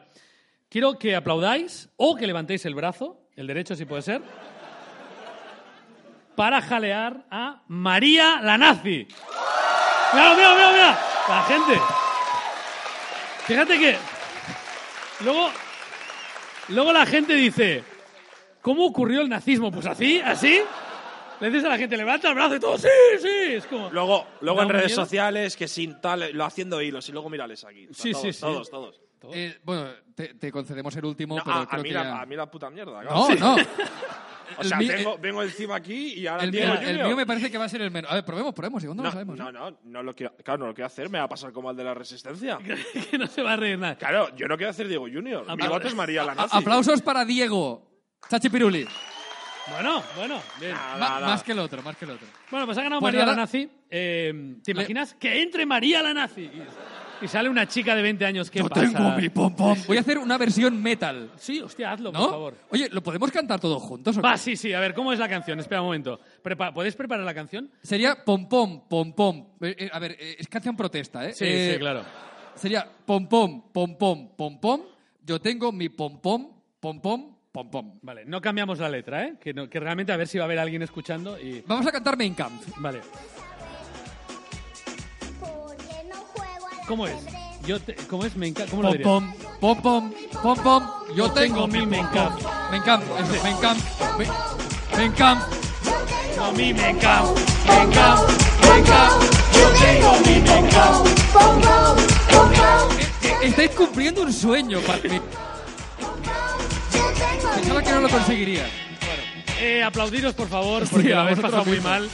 Quiero que aplaudáis o que levantéis el brazo, el derecho si puede ser, para jalear a María la nazi. ¡Mira, mira, mira, mira! La gente. Fíjate que... Luego... Luego la gente dice, ¿cómo ocurrió el nazismo? Pues así, así. Le dices a la gente, levanta el brazo y todo, sí, sí. Es como...
Luego, luego
Da
en
un
redes
miedo.
sociales, que sin tal, lo haciendo hilos y luego mirales aquí.
Sí,
todos,
sí, sí.
Todos, todos.
Eh, bueno, te, te concedemos el último,
No,
pero
a, a
creo
mí
que
la,
ya-
a mí la puta mierda.
No,
cabrón. [LAUGHS]
no.
O sea,
el, mi-
vengo, vengo encima aquí y ahora
el
Diego
mío, el
Junior.
mío me parece que va a ser el menos. A ver, probemos, probemos, segundo no,
no,
lo sabemos.
no,
¿eh?
no, no lo quiero. Claro, no lo quiero hacer, me va a pasar como al de
[LAUGHS]
la resistencia.
[LAUGHS] que no se va a reír nada.
Claro, yo no quiero hacer Diego Junior. Mi
pero-
voto es María la
A-
nazi.
Aplausos para Diego. Chachi Piruli.
Bueno, bueno, bien.
Nada,
Ma-
nada.
Más que el otro, más que el otro.
Bueno, pues ha ganado
Pues
María
nada.
la nazi. Eh, ¿Te imaginas que entre María la nazi? Y, y sale una chica de 20 años. ¿Qué
Yo
pasa?
tengo mi pom pom. Voy a hacer una versión metal.
Sí, hostia, hazlo,
¿No?
por favor.
Oye, ¿lo podemos cantar todos juntos? o qué?
Va, sí, sí. A ver, ¿cómo es la canción? Espera un momento. Prepa- ¿Podéis preparar la canción?
Sería pom pom, pom pom. Eh, eh, a ver, eh, es canción protesta, ¿eh?
Sí,
Eh,
sí, claro.
Sería pom pom, pom pom, pom pom. Yo tengo mi pom pom, pom pom, pom pom.
Vale, no cambiamos la letra, ¿eh? Que, no- que realmente a ver si va a haber alguien escuchando y...
Vamos a cantar Main Camp.
Vale.
Porque no juego al
¿Cómo es?
ajedrez.
Yo te- ¿Cómo es? Me encanta. ¿Cómo lo
Pom
diría?
pom, pom pom, pom pom. Yo tengo mi
me
main
encanta.
camp. Main camp, eso, main camp. Main- Main camp,
Yo tengo
A mí me encanta.
main camp, main camp.
Yo tengo mi pom pom, pom pom.
Eh, Estáis cumpliendo un sueño para mí.
Yo tengo mi
Pensaba que no lo conseguiría.
Eh, aplaudiros, por favor, porque
Hostia,
lo habéis
vosotros
pasado muy
mismos.
mal.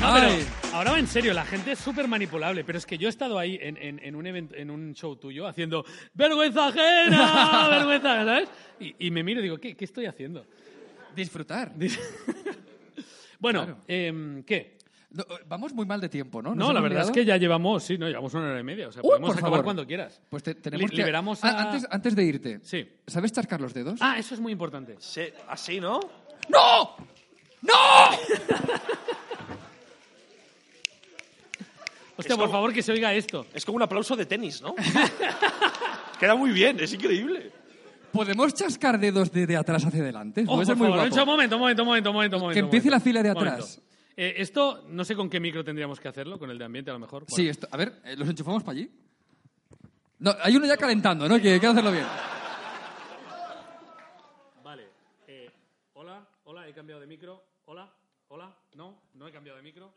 No,
Ay.
pero ahora va en serio, la gente es súper manipulable, pero es que yo he estado ahí en, en- en un event- en un show tuyo haciendo ¡Vergüenza
[LAUGHS]
ajena! ¡Vergüenza! ¿Sabes? Y, y me miro y digo, ¿qué, qué estoy haciendo?
Disfrutar.
Bueno,
Claro.
em, ¿qué?
No, eh, vamos muy mal de tiempo, ¿no? ¿Nos
No, la
hemos
verdad es
olvidado?
que ya llevamos, sí, no, llevamos una hora y media, o sea,
Uy,
podemos
por
acabar
favor.
cuando quieras.
Pues te- tenemos
Li-
que-
liberamos
Ah,
a-
antes, antes de irte.
Sí.
¿Sabes charcar los dedos?
Ah, eso es muy importante.
Sí, así, ¿no?
¡No! ¡No!
Hostia, por
como-
favor, que se oiga esto.
Es como un aplauso de tenis,
[LAUGHS]
¿no? Queda muy bien, es increíble.
¿Podemos chascar dedos de, de atrás hacia adelante?
Oh,
Puede
por
ser muy
favor,
guapo.
Nacho, un momento, un momento, un momento, un momento. un momento,
empiece
un momento.
la fila de
Un momento.
atrás.
Eh, esto, no sé con qué micro tendríamos que hacerlo, con el de ambiente a lo mejor.
Sí, esto- a ver, eh, ¿los enchufamos para allí? No, hay uno ya calentando, ¿no? Que hay que hacerlo bien.
Vale. eh, hola, hola, he cambiado de micro. Hola, hola, no, no he cambiado de micro.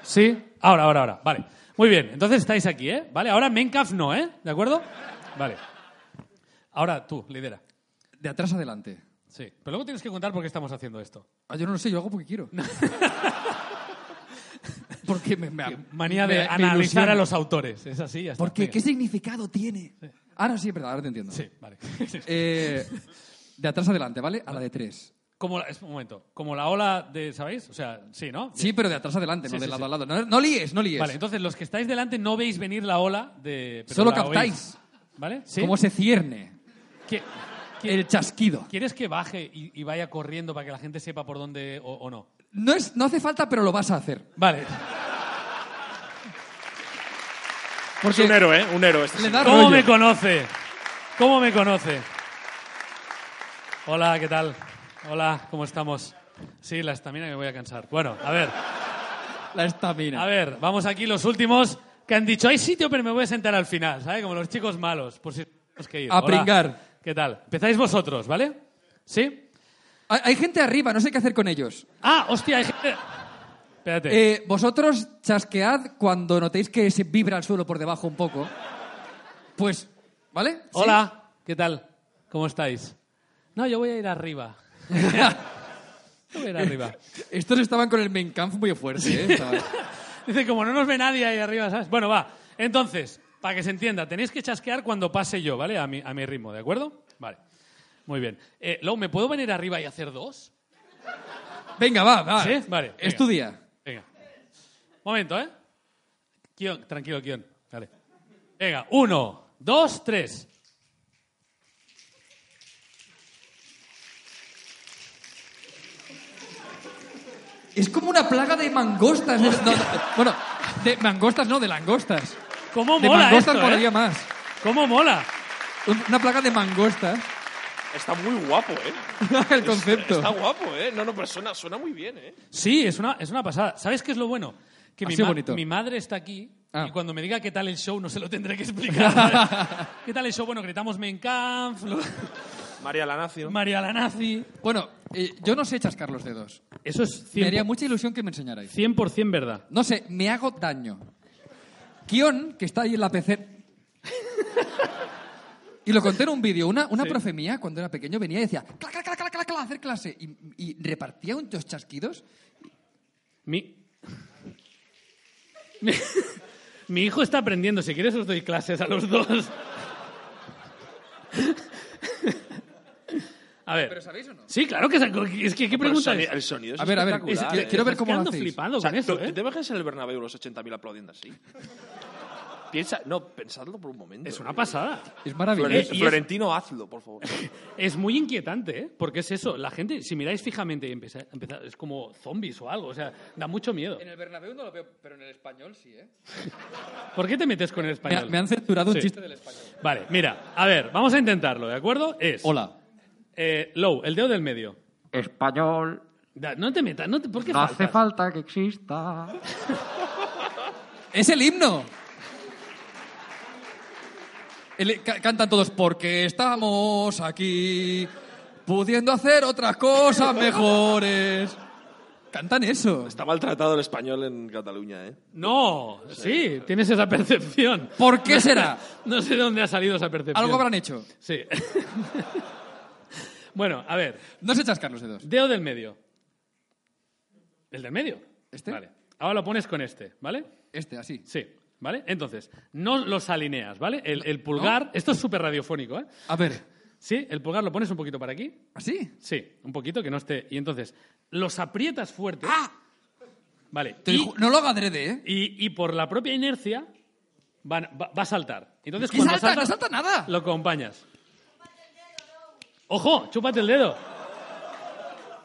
Sí, ahora, ahora, ahora. Vale. Muy bien, entonces estáis aquí, ¿eh? Vale, ahora Mencalf no, ¿eh? ¿De acuerdo? Vale. Ahora tú, lidera.
De atrás adelante.
Sí. Pero luego tienes que contar por qué estamos haciendo esto.
Ah, yo no lo sé, yo hago
[LAUGHS]
porque quiero. porque me, me-
Manía
me-
de
me
analizar
ilusiona.
a los autores. Es así, ya está.
Porque,
Venga.
¿qué significado tiene? Ahora sí, es verdad, ahora te entiendo.
Sí, vale. [LAUGHS]
Eh, de atrás adelante, ¿vale? A la de tres.
Como la- es un momento, como la ola de, ¿sabéis? O sea, sí, ¿no?
Sí, pero de atrás adelante,
Sí,
no de
sí,
lado
sí.
a lado. No, no líes, no líes.
Vale, entonces los que estáis delante no veis venir la ola de pero
Solo
la oís.
captáis.
¿Vale? ¿Sí?
¿Cómo se cierne
¿Qui- qui-
el chasquido?
¿Quieres que baje y, y vaya corriendo para que la gente sepa por dónde o, o no?
No, es, no hace falta, pero lo vas a hacer.
Vale.
Es un héroe, ¿eh? Un héroe. Este
Le
sí.
da
¿Cómo
rollo.
me conoce? ¿Cómo me conoce? Hola, ¿qué tal? Hola, ¿cómo estamos? Sí, la estamina que me voy a cansar. Bueno, a ver,
La
a
estamina.
ver, vamos aquí los últimos. que han dicho, hay sitio, pero me voy a sentar al final, ¿sabes? Como los chicos malos, por si tenemos que ir.
A
Hola.
pringar.
¿Qué tal? Empezáis vosotros, ¿vale? ¿Sí?
Hay, hay gente arriba, no sé qué hacer con ellos.
Ah, hostia, hay gente... Espérate.
Eh, vosotros chasquead cuando notéis que se vibra el suelo por debajo un poco. Pues, ¿vale? ¿Sí?
Hola, ¿qué tal? ¿Cómo estáis? No, yo voy a ir
[LAUGHS]
arriba. yo voy a ir arriba.
Estos estaban con el main camp muy fuerte, ¿eh? Estaban-
Dice, como no nos ve nadie ahí arriba, ¿sabes? Bueno, va. Entonces, para que se entienda, tenéis que chasquear cuando pase yo, ¿vale? A mi, a mi ritmo, ¿de acuerdo? Vale. Muy bien. Eh, Lou, ¿me puedo venir arriba y hacer dos?
Venga, va, va.
¿Sí? Vale, venga.
Estudia.
Venga. Momento, ¿eh? Kion, tranquilo, Kion. Vale. Venga, uno, dos, tres.
Es como una plaga de mangostas. es- no, no, bueno, de mangostas no, de langostas.
¿Cómo
De
mola
mangostas
esto,
molaría
eh?
más.
¿Cómo mola?
Un- Una plaga de mangostas. [LAUGHS]
Está muy guapo, ¿eh?
el concepto.
Está guapo, ¿eh? No, no, pero suena, suena muy bien, ¿eh?
Sí, es una, es una pasada. ¿Sabes qué es lo bueno? Que mi,
Así
ma-
bonito.
mi madre está aquí
Ah.
y cuando me diga qué tal el show no se lo tendré que
[LAUGHS]
explicar. ¿Qué tal el show? Bueno, gritamos Mein Kampf, lo-
María la Nacio.
María la Nazi.
Bueno, eh, yo no sé chascar los dedos.
Eso es
Me haría
100%,
mucha ilusión que me enseñarais.
100% verdad.
No sé, me hago daño. Kion, que está ahí en la PC. Y lo conté en un vídeo. Una, una profe mía, cuando era pequeño, venía y decía, cla, cla, cla, cla, cla, cla, hacer clase. Y, y repartía unos chasquidos.
Mi... [LAUGHS] Mi- Mi hijo está aprendiendo. Si quieres os doy clases a los dos. [LAUGHS] A ver.
sabéis o no?
Sí, claro que... sa- Es que ¿qué
Pero el
pregunta
soni-
es?
El sonido es
A ver, a ver,
espectacular,
es que-
¿eh?
quiero ver cómo lo
Estás quedando
hacéis.
flipando
O sea,
con eso,
¿tú-
¿eh?
¿Te imaginas en el Bernabéu los 80.000 aplaudiendo así? Piensa, no, pensadlo por un momento.
Es una pasada.
Es
Floren-
maravilloso.
Eh, y es-
Florentino, hazlo, por favor.
Es muy inquietante, ¿eh? Porque es eso. La gente, si miráis fijamente, empieza- empieza- es como zombies o algo. O sea, da mucho miedo.
el Bernabéu no lo veo, pero en el español sí, ¿eh?
¿Por qué te metes con el
Me,
español?
me han censurado un
Sí.
chiste del español.
Vale, mira. A ver, vamos a intentarlo, ¿de acuerdo? Es...
Hola.
Eh, Low, el dedo del medio.
Español,
Da- No te metas, no te, ¿por qué
no hace
faltas?
falta que exista.
¡Es el himno! El- ca- cantan todos, porque estamos aquí pudiendo hacer otras cosas mejores. Cantan eso.
Está maltratado el español en Cataluña, ¿eh?
No, sí, tienes esa percepción.
¿Por
[LAUGHS]
qué será?
No sé de dónde ha salido esa percepción.
Algo habrán hecho.
Sí. [LAUGHS] bueno, a ver,
No se chascan los dedos.
dedo del medio. ¿El del medio?
¿Este?
Vale. Ahora lo pones con este, ¿vale?
Este, así.
Sí, ¿vale? Entonces, no los alineas, ¿vale? El, el pulgar, esto es súper radiofónico, ¿eh?
A ver,
Sí, el pulgar lo pones un poquito para aquí.
así.
Sí, un poquito que no esté. Y entonces, los aprietas fuerte.
¡Ah!
Vale.
Te
y-
ju- no lo haga adrede, ¿eh?
Y, y por la propia inercia van- va, va a saltar. Entonces,
¿Qué
cuando
salta? No salta nada.
Lo acompañas. ¡Ojo! ¡Chúpate el
[LAUGHS]
dedo!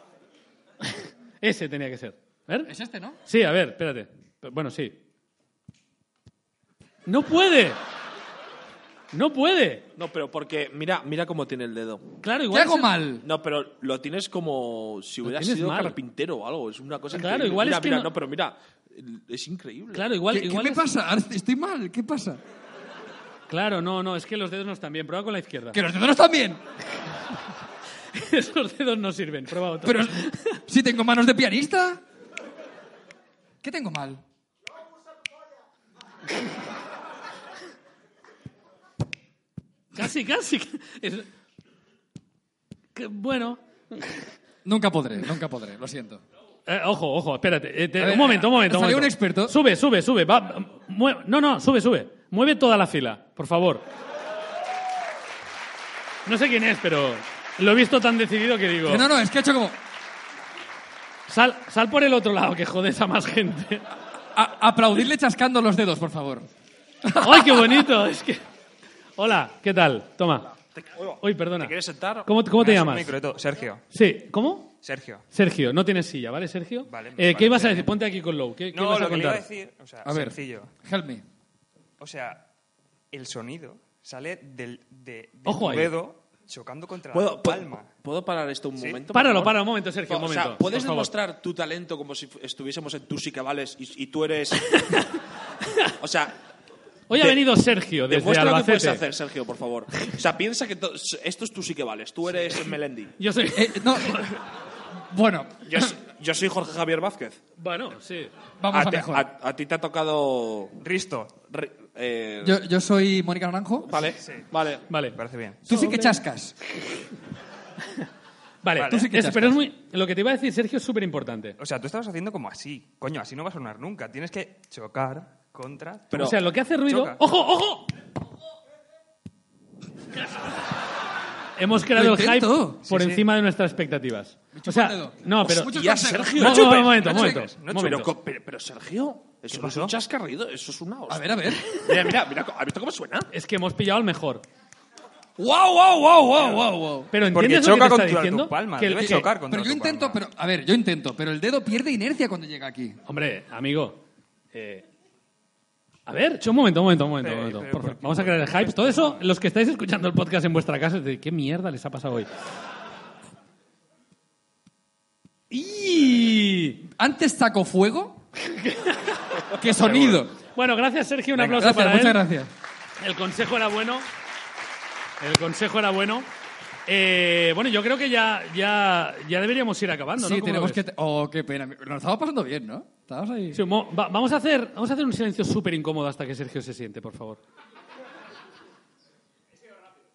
[LAUGHS] Ese tenía que ser. A ver.
Es este, ¿no?
Sí, a ver, espérate. Pero, Bueno, sí. ¡No puede! ¡No puede!
No, pero porque mira, mira cómo tiene el dedo.
Claro,
¿Qué
igual.
hago
es-
mal?
No, pero lo tienes como si hubieras
tienes
sido
mal.
carpintero o algo. Es una cosa
Claro,
increíble.
igual
mira,
es que
mira,
no-
no... pero mira, es increíble.
Claro, igual.
¿Qué, qué
igual
me
es- este.
pasa? Ahora Estoy mal. ¿Qué pasa?
Claro, no, no, es que los dedos no están bien. Prueba con la izquierda.
Que los dedos también.
[LAUGHS] Esos dedos no sirven. Prueba otro.
Pero si tengo manos de pianista. ¿Qué tengo mal?
Casi, casi. [LAUGHS] Es- que, bueno.
Nunca podré, nunca podré, lo siento.
Eh, ojo, ojo, espérate. Eh, te-
A ver,
un momento, un
eh,
momento. un
salió
momento.
un experto.
Sube, sube, sube. va, mue- no, no, sube, sube. Mueve toda la fila, por favor. No sé quién es, pero lo he visto tan decidido que digo.
No, no, es que ha hecho como.
Sal, sal por el otro lado, que jodes a más gente. [LAUGHS]
a- aplaudirle chascando los dedos, por favor.
¡Ay, qué bonito! Es que. Hola, ¿qué tal? Toma. Uy, perdona.
¿Te quieres sentar?
¿Cómo, cómo te
Me das un
llamas?
microeto. Sergio.
Sí, ¿cómo?
Sergio.
Sergio, no tienes silla, ¿vale, Sergio?
Vale,
Eh,
vale,
¿Qué ibas a
bien.
decir? Ponte aquí con Low. ¿Qué, qué
No,
ibas a
lo que le iba a
contar?
decir, o sea,
A ver.
sencillo.
Help me.
O sea, el sonido sale del de, de
Ojo
tu
ahí.
dedo chocando contra
¿Puedo,
la palma.
¿puedo, ¿Puedo parar esto un momento? por
Páralo,
favor?
para un momento, Sergio, un
O
momento.
sea, ¿puedes
por favor.
demostrar tu talento como si fu- estuviésemos en tus y que vales y, y tú eres. o sea,
Hoy ha
de-
venido Sergio desde
demuestra lo que puedes
Albacete.
hacer, Sergio, por favor. O sea, piensa que to- esto es tus y que vales. Tú eres Melendi.
Yo soy...
Eh, no. Bueno,
Yo, s- yo soy Jorge Javier Vázquez.
[LAUGHS] Bueno, sí.
vamos a,
ti-
mejor.
a- a ti te ha tocado.
Risto.
re- eh,
Yo, yo soy Mónica Naranjo.
Vale, vale.
Vale.
Me parece bien.
Tú sí que chascas.
Vale,
Vale. Tú
sí que
Es-
chascas.
pero es muy... Lo que te iba a decir, Sergio, es súper importante.
O sea, tú estabas haciendo como así. Coño, así no va a sonar nunca. Tienes que chocar contra.
Pero-
o sea, lo que hace ruido...
Choca.
¡Ojo, ojo! Hemos creado
Lo
el hype
intento.
por encima de nuestras expectativas. O
el
sea,
dedo.
no, pero...
Muchos
Ya,
consejos.
Sergio,
No,
no
no,
chupes,
un momento,
no
un momento.
chupes,
no
un
chupes.
Pero,
momento.
co- pero, pero, Sergio, eso no es
pasó?
un chascarrido, eso es una hostia.
A ver, a ver.
Mira, mira, mira, ¿has visto cómo suena?
Es que hemos pillado al mejor.
¡Wow, wow, wow, wow, wow, wow!
Pero
Porque
¿entiendes lo que
choca
te está
contra
diciendo?
tu palma.
Que el-
Debe
que-
chocar contra
Pero yo
tu
intento,
palma.
pero a ver, yo intento, pero el dedo pierde inercia cuando llega aquí.
Hombre, amigo. eh, a ver, un momento, un momento, un momento. un momento, por favor. Vamos a crear el hype. Todo eso, los que estáis escuchando el podcast en vuestra casa, de qué mierda les ha pasado hoy. ¡Y!
Antes saco fuego que sonido.
Bueno, gracias, Sergio. Un aplauso
Gracias,
para
muchas
él.
gracias.
El consejo era bueno. El consejo era bueno. Eh, bueno, yo creo que ya, ya, ya deberíamos ir acabando, Ah, ¿no?
sí,
¿Cómo lo
tenemos
ves?
que... Oh, qué pena. Nos lo estamos pasando bien, ¿no? Estábamos ahí...
Sí, mo- va- vamos, a hacer, vamos a hacer un silencio súper incómodo hasta que Sergio se siente, por favor.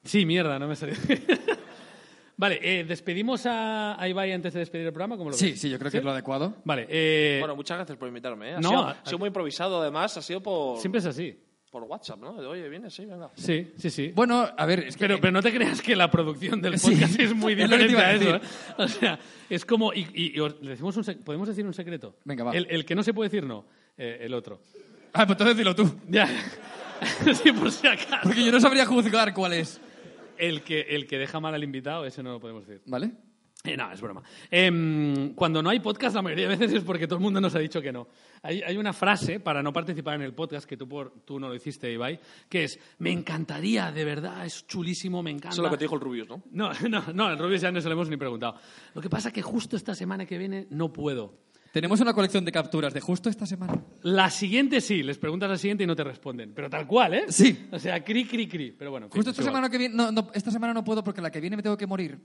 Sí, mierda, no me salió. [LAUGHS] vale, eh, despedimos a, a Ibai antes de despedir el programa, ¿cómo lo
Sí,
ves?
sí, yo creo que es lo adecuado.
Vale, eh,
Bueno, muchas gracias por invitarme. ¿eh? Ha,
No,
sido,
a-
ha sido muy improvisado, además. Ha sido por,
siempre es así.
por WhatsApp, ¿no? De, Oye, viene, sí, venga.
Sí, sí, sí.
Bueno, a ver, es que...
pero, pero no te creas que la producción del
[LAUGHS] Sí,
podcast es muy
es lo que te
diferente
iba
a
a
eso.
decir.
¿eh? O sea, es como... Y, y- y os- le decimos un sec- ¿Podemos decir un secreto?
Venga, va.
El, el que no se puede decir no, eh, el otro.
Ah, pues entonces dilo tú.
Ya. [LAUGHS] sí, por si acaso.
Porque yo no sabría juzgar cuál es.
El que, el que deja mal al invitado, ese no lo podemos decir.
¿Vale?
Eh, no, es broma. Em, cuando no hay podcast, la mayoría de veces es porque todo el mundo nos ha dicho que no. Hay, hay una frase para no participar en el podcast, que tú, por, tú no lo hiciste, Ibai, que es, me encantaría, de verdad, es chulísimo, me encanta.
Eso es lo que te dijo el Rubius, ¿no?
No, [LAUGHS] no, no, el Rubius ya no se lo hemos ni preguntado. Lo que pasa es que justo esta semana que viene no puedo.
Tenemos una colección de capturas de justo esta semana.
La siguiente sí, les preguntas la siguiente y no te responden. Pero tal cual, ¿eh?
Sí.
O sea, cri, cri, cri. Pero bueno, en fin,
Justo
es
esta
igual.
semana que viene... No, no, esta semana no puedo porque la que viene me tengo que morir.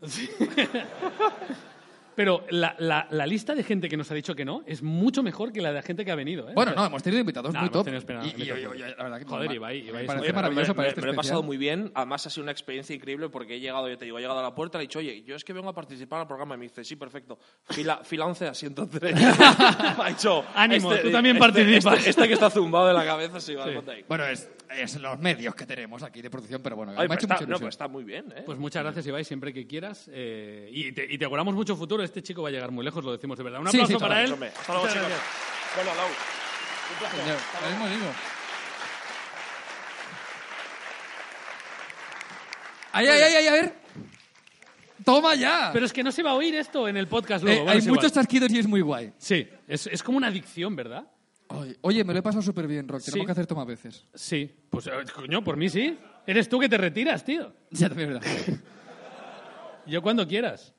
Pero la, la- la lista de gente que nos ha dicho que no es mucho mejor que la de la gente que ha venido. ¿eh?
Bueno,
O
no,
sea,
hemos tenido invitados
Nah,
muy
hemos
top.
tenido espera-
Y- y-
invitados.
y- y- la verdad que
Joder,
me-
Ibai, Ibai
me
es
parece
Oye,
me-
maravilloso
me,
para
me-
este
me lo he pasado
especial.
muy bien. Además, ha sido una experiencia increíble porque he llegado, yo te digo, he llegado a la puerta, le he dicho, oye, yo es que vengo a participar al programa. Y me dice, sí, perfecto. Fila, [LAUGHS] fila 11, asiento 3. [LAUGHS] me ha dicho,
Ánimo, tú también participas.
Este, este que está zumbado de la cabeza, sí, vale, ponte ahí.
Bueno, es, es los medios que tenemos aquí de producción, pero bueno,
Oye,
me ha
pero
hecho
está,
mucha
no,
ilusión.
pero está muy bien, ¿eh?
Pues muchas gracias, Ibai, siempre que quieras. eh, y, te, y te auguramos mucho futuro. Este chico va a llegar muy lejos, lo decimos de verdad. Un
Sí,
aplauso
sí,
para
total.
él.
Hombre, Hasta luego,
Muchas
chicos.
gracias.
Bueno, Lau.
Señor, lo mismo digo. Ay, ay, ay, ay, a ver. Toma ya.
Pero es que no se va a oír esto en el podcast
Eh,
luego. bueno,
hay
es igual.
muchos chasquidos y es muy guay.
Sí, es, es como una adicción, ¿verdad?
Oye, Oye, me lo he pasado súper bien, Rock. Tenemos
Sí.
que hacer toma veces.
Sí. Pues, eh, coño, por mí sí. Eres tú que te retiras, tío.
[LAUGHS] Ya, también es verdad.
Yo cuando quieras.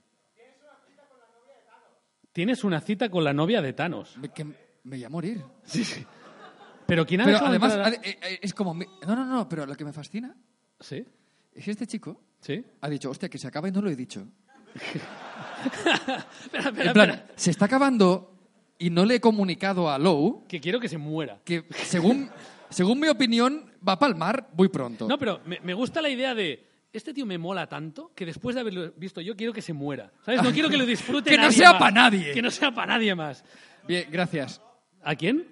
Tienes una cita con la novia de Thanos.
me, que me voy a morir.
Pero ¿quién ha
Pero
dejado
además,
entrar a-
ade- eh, eh, es como... mi- No, no, no, pero lo que me fascina
Sí,
es que este chico
sí.
ha dicho, hostia, que se acaba y no lo he dicho.
Espera, espera,
En plan,
espera.
se está acabando y no le he comunicado a Low
Que quiero que se muera.
que, según, [LAUGHS] según mi opinión, va a palmar muy pronto.
No, pero me, me gusta la idea de. Este tío me mola tanto que después de haberlo visto yo quiero que se muera. ¿Sabes? No quiero
[LAUGHS]
que lo disfrute
Que no
nadie
sea
más.
pa' nadie.
Que no sea para nadie más.
Bien, gracias.
¿A quién?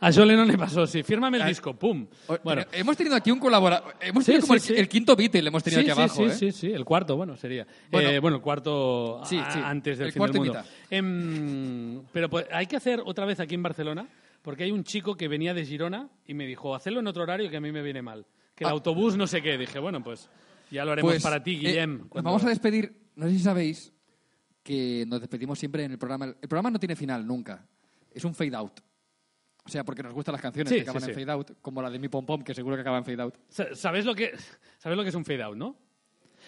A John Lennon le pasó, sí. Fírmame el disco, pum.
O-
Bueno.
eh, Hemos tenido aquí un colaborador. Hemos
Sí,
tenido como
sí,
el,
sí.
el quinto Beatle, hemos tenido
sí,
aquí abajo.
sí,
¿eh?
sí, sí, el cuarto, bueno, sería.
Bueno.
Eh, bueno, el cuarto a-
Sí, sí,
antes del
el
fin
cuarto
del
y
mundo.
mitad.
Em, pero pues, hay que hacer otra vez aquí en Barcelona, porque hay un chico que venía de Girona y me dijo, hacerlo en otro horario que a mí me viene mal. Que el
Ah.
autobús no sé qué. Dije, bueno, pues ya lo haremos
Pues,
para ti,
eh,
Guillem.
nos
cuando-
vamos a despedir. No sé si sabéis que nos despedimos siempre en el programa. El programa no tiene final nunca. Es un fade out. O sea, porque nos gustan las canciones
Sí,
que acaban
sí,
en
sí.
fade out, como la de mi pom pom, que seguro que acaba en fade out.
Sa- ¿Sabes lo que, sabes lo que es un fade out, no?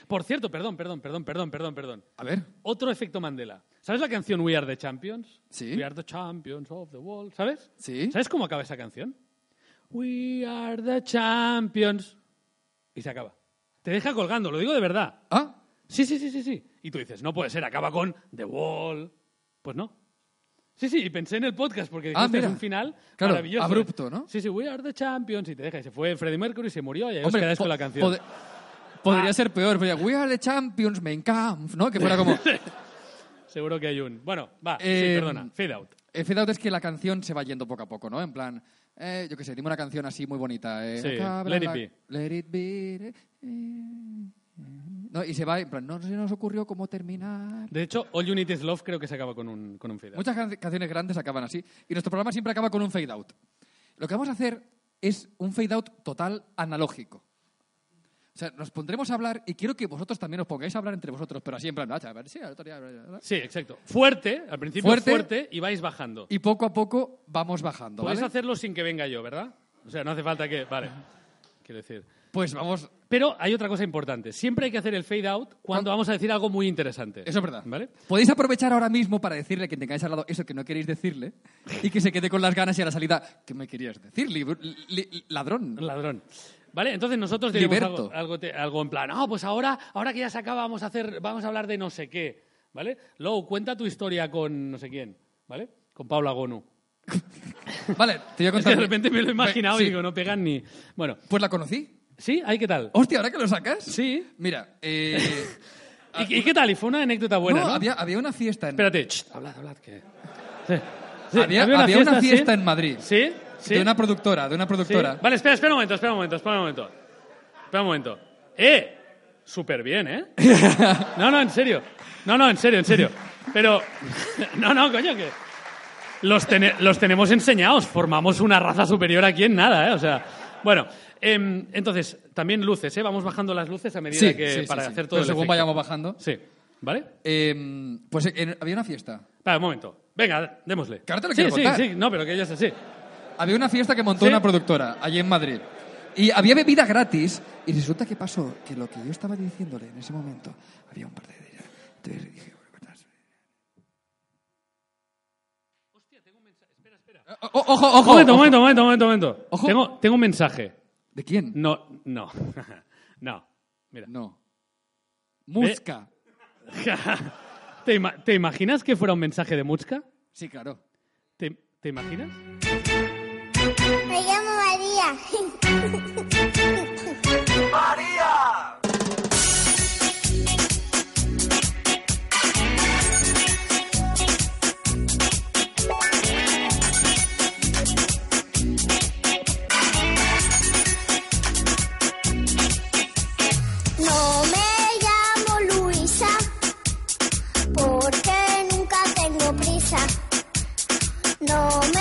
Por cierto, perdón, perdón, perdón, perdón, perdón, perdón.
A ver.
Otro efecto Mandela. ¿Sabes la canción We Are the Champions?
Sí.
We Are the Champions of the World. ¿Sabes?
Sí.
¿Sabes cómo acaba esa canción? We Are the Champions. Y se acaba. Te deja colgando, lo digo de verdad.
Ah,
Sí, sí, sí, sí, sí. Y tú dices, no puede ser, acaba con The Wall. Pues no. Sí, sí, y pensé en el podcast porque
Ah,
dijiste es
mira.
un final
Claro,
maravilloso.
abrupto, ¿no?
Sí, sí, We Are the Champions y te deja. Y se fue Freddie Mercury y se murió y ahí os
hombre.
quedáis
po-
con la canción.
pode- podría ser peor. Podría, We are the champions, main camp, ¿no? Que fuera
[LAUGHS]
como...
Seguro que hay un. Bueno, va, sí,
Eh,
perdona, fade out.
El fade out es que la canción se va yendo poco a poco, ¿no? En plan, eh, yo qué sé, dime una canción así muy bonita. Eh,
Sí,
Acabra
Let It
la-
Be.
Let it be. eh, eh, no, y se va, en plan, no se nos ocurrió cómo terminar.
De hecho, All You Need Is Love creo que se acaba con un, con un fade out.
Muchas can- canciones grandes acaban así. Y nuestro programa siempre acaba con un fade out. Lo que vamos a hacer es un fade out total analógico. O sea, nos pondremos a hablar y quiero que vosotros también os pongáis a hablar entre vosotros, pero así en plan, "Ah, chaval, sí, el otro día, bla, bla, bla".
Sí, exacto. Fuerte, al principio fuerte,
Fuerte.
y vais bajando.
y poco a poco vamos bajando.
Podéis
¿vale?
hacerlo sin que venga yo, ¿verdad? O sea, no hace falta que. Vale. Quiero decir.
Pues vamos,
Pero hay otra cosa importante. Siempre hay que hacer el fade out cuando
Cuando-
vamos a decir algo muy interesante.
Ah. Eso es verdad.
¿Vale?
Podéis aprovechar ahora mismo para decirle a quien tengáis al lado eso que no queréis decirle y que se quede con las ganas y a la salida, ¿qué me querías decir, libr- li- li- ladrón?
Ladrón. ¿Vale? Entonces nosotros diremos
Liberto.
algo, algo, te- algo en plan, ah, pues ahora, ahora que ya se acaba, vamos a, hacer, vamos a hablar de no sé qué. ¿Vale? Low, cuenta tu historia con no sé quién. ¿Vale? Con Paula Gonu.
Vale, te voy a
Es que
contar.
de repente me lo he imaginado
Sí.
y digo, no pegan ni. Bueno,
Pues la conocí.
¿sí? ¿Ahí qué tal?
Hostia, ¿ahora que lo sacas?
Sí.
Mira, eh,
¿Y, y qué tal? Y fue una anécdota [LAUGHS] buena,
no,
¿no?
Había, había una fiesta en,
Espérate, shh, hablad, hablad. Que... Sí. Sí,
había, había una
sí.
fiesta en Madrid
¿Sí? ¿Sí?
de una productora, de una
Sí.
productora.
Vale, espera, espera un momento, espera un momento, espera un momento. Espera un momento. ¡Eh! Súper bien,
[LAUGHS]
¿eh? No, no, en serio. No, no, en serio, en serio. Pero. [LAUGHS] No, no, coño, que. Los, tene- los tenemos enseñados. Formamos una raza superior aquí en nada, ¿eh? O sea. Bueno, em, entonces, también luces, ¿eh? Vamos bajando las luces a medida
Sí,
que.
sí, sí,
para
sí.
hacer todo
Pero
el
según
efecto.
vayamos bajando.
Sí. ¿Vale?
Eh, pues en- había una fiesta.
Vale, un momento. Venga, démosle.
Que ahora te lo
sí,
quiero
sí,
contar.
sí, no, pero que ya es así.
Había una fiesta que montó
Sí.
una productora allí en Madrid. Y había bebida gratis. Y resulta que pasó que lo que yo estaba diciéndole en ese momento, había un par de ellas. Entonces dije, bueno, pues ¿verdad? Eh, O- o- ojo, ojo,
Un momento,
ojo.
un momento, un momento, un momento, un momento.
Ojo.
Tengo, tengo un mensaje.
¿De quién?
No, no. [LAUGHS] no. [LAUGHS] Mira.
No. Musca.
¿Te, ima- te imaginas que fuera un mensaje de Mutzka?
Sí, claro.
¿Te, te imaginas?
Me llamo María. No me llamo Luisa porque nunca tengo prisa. No me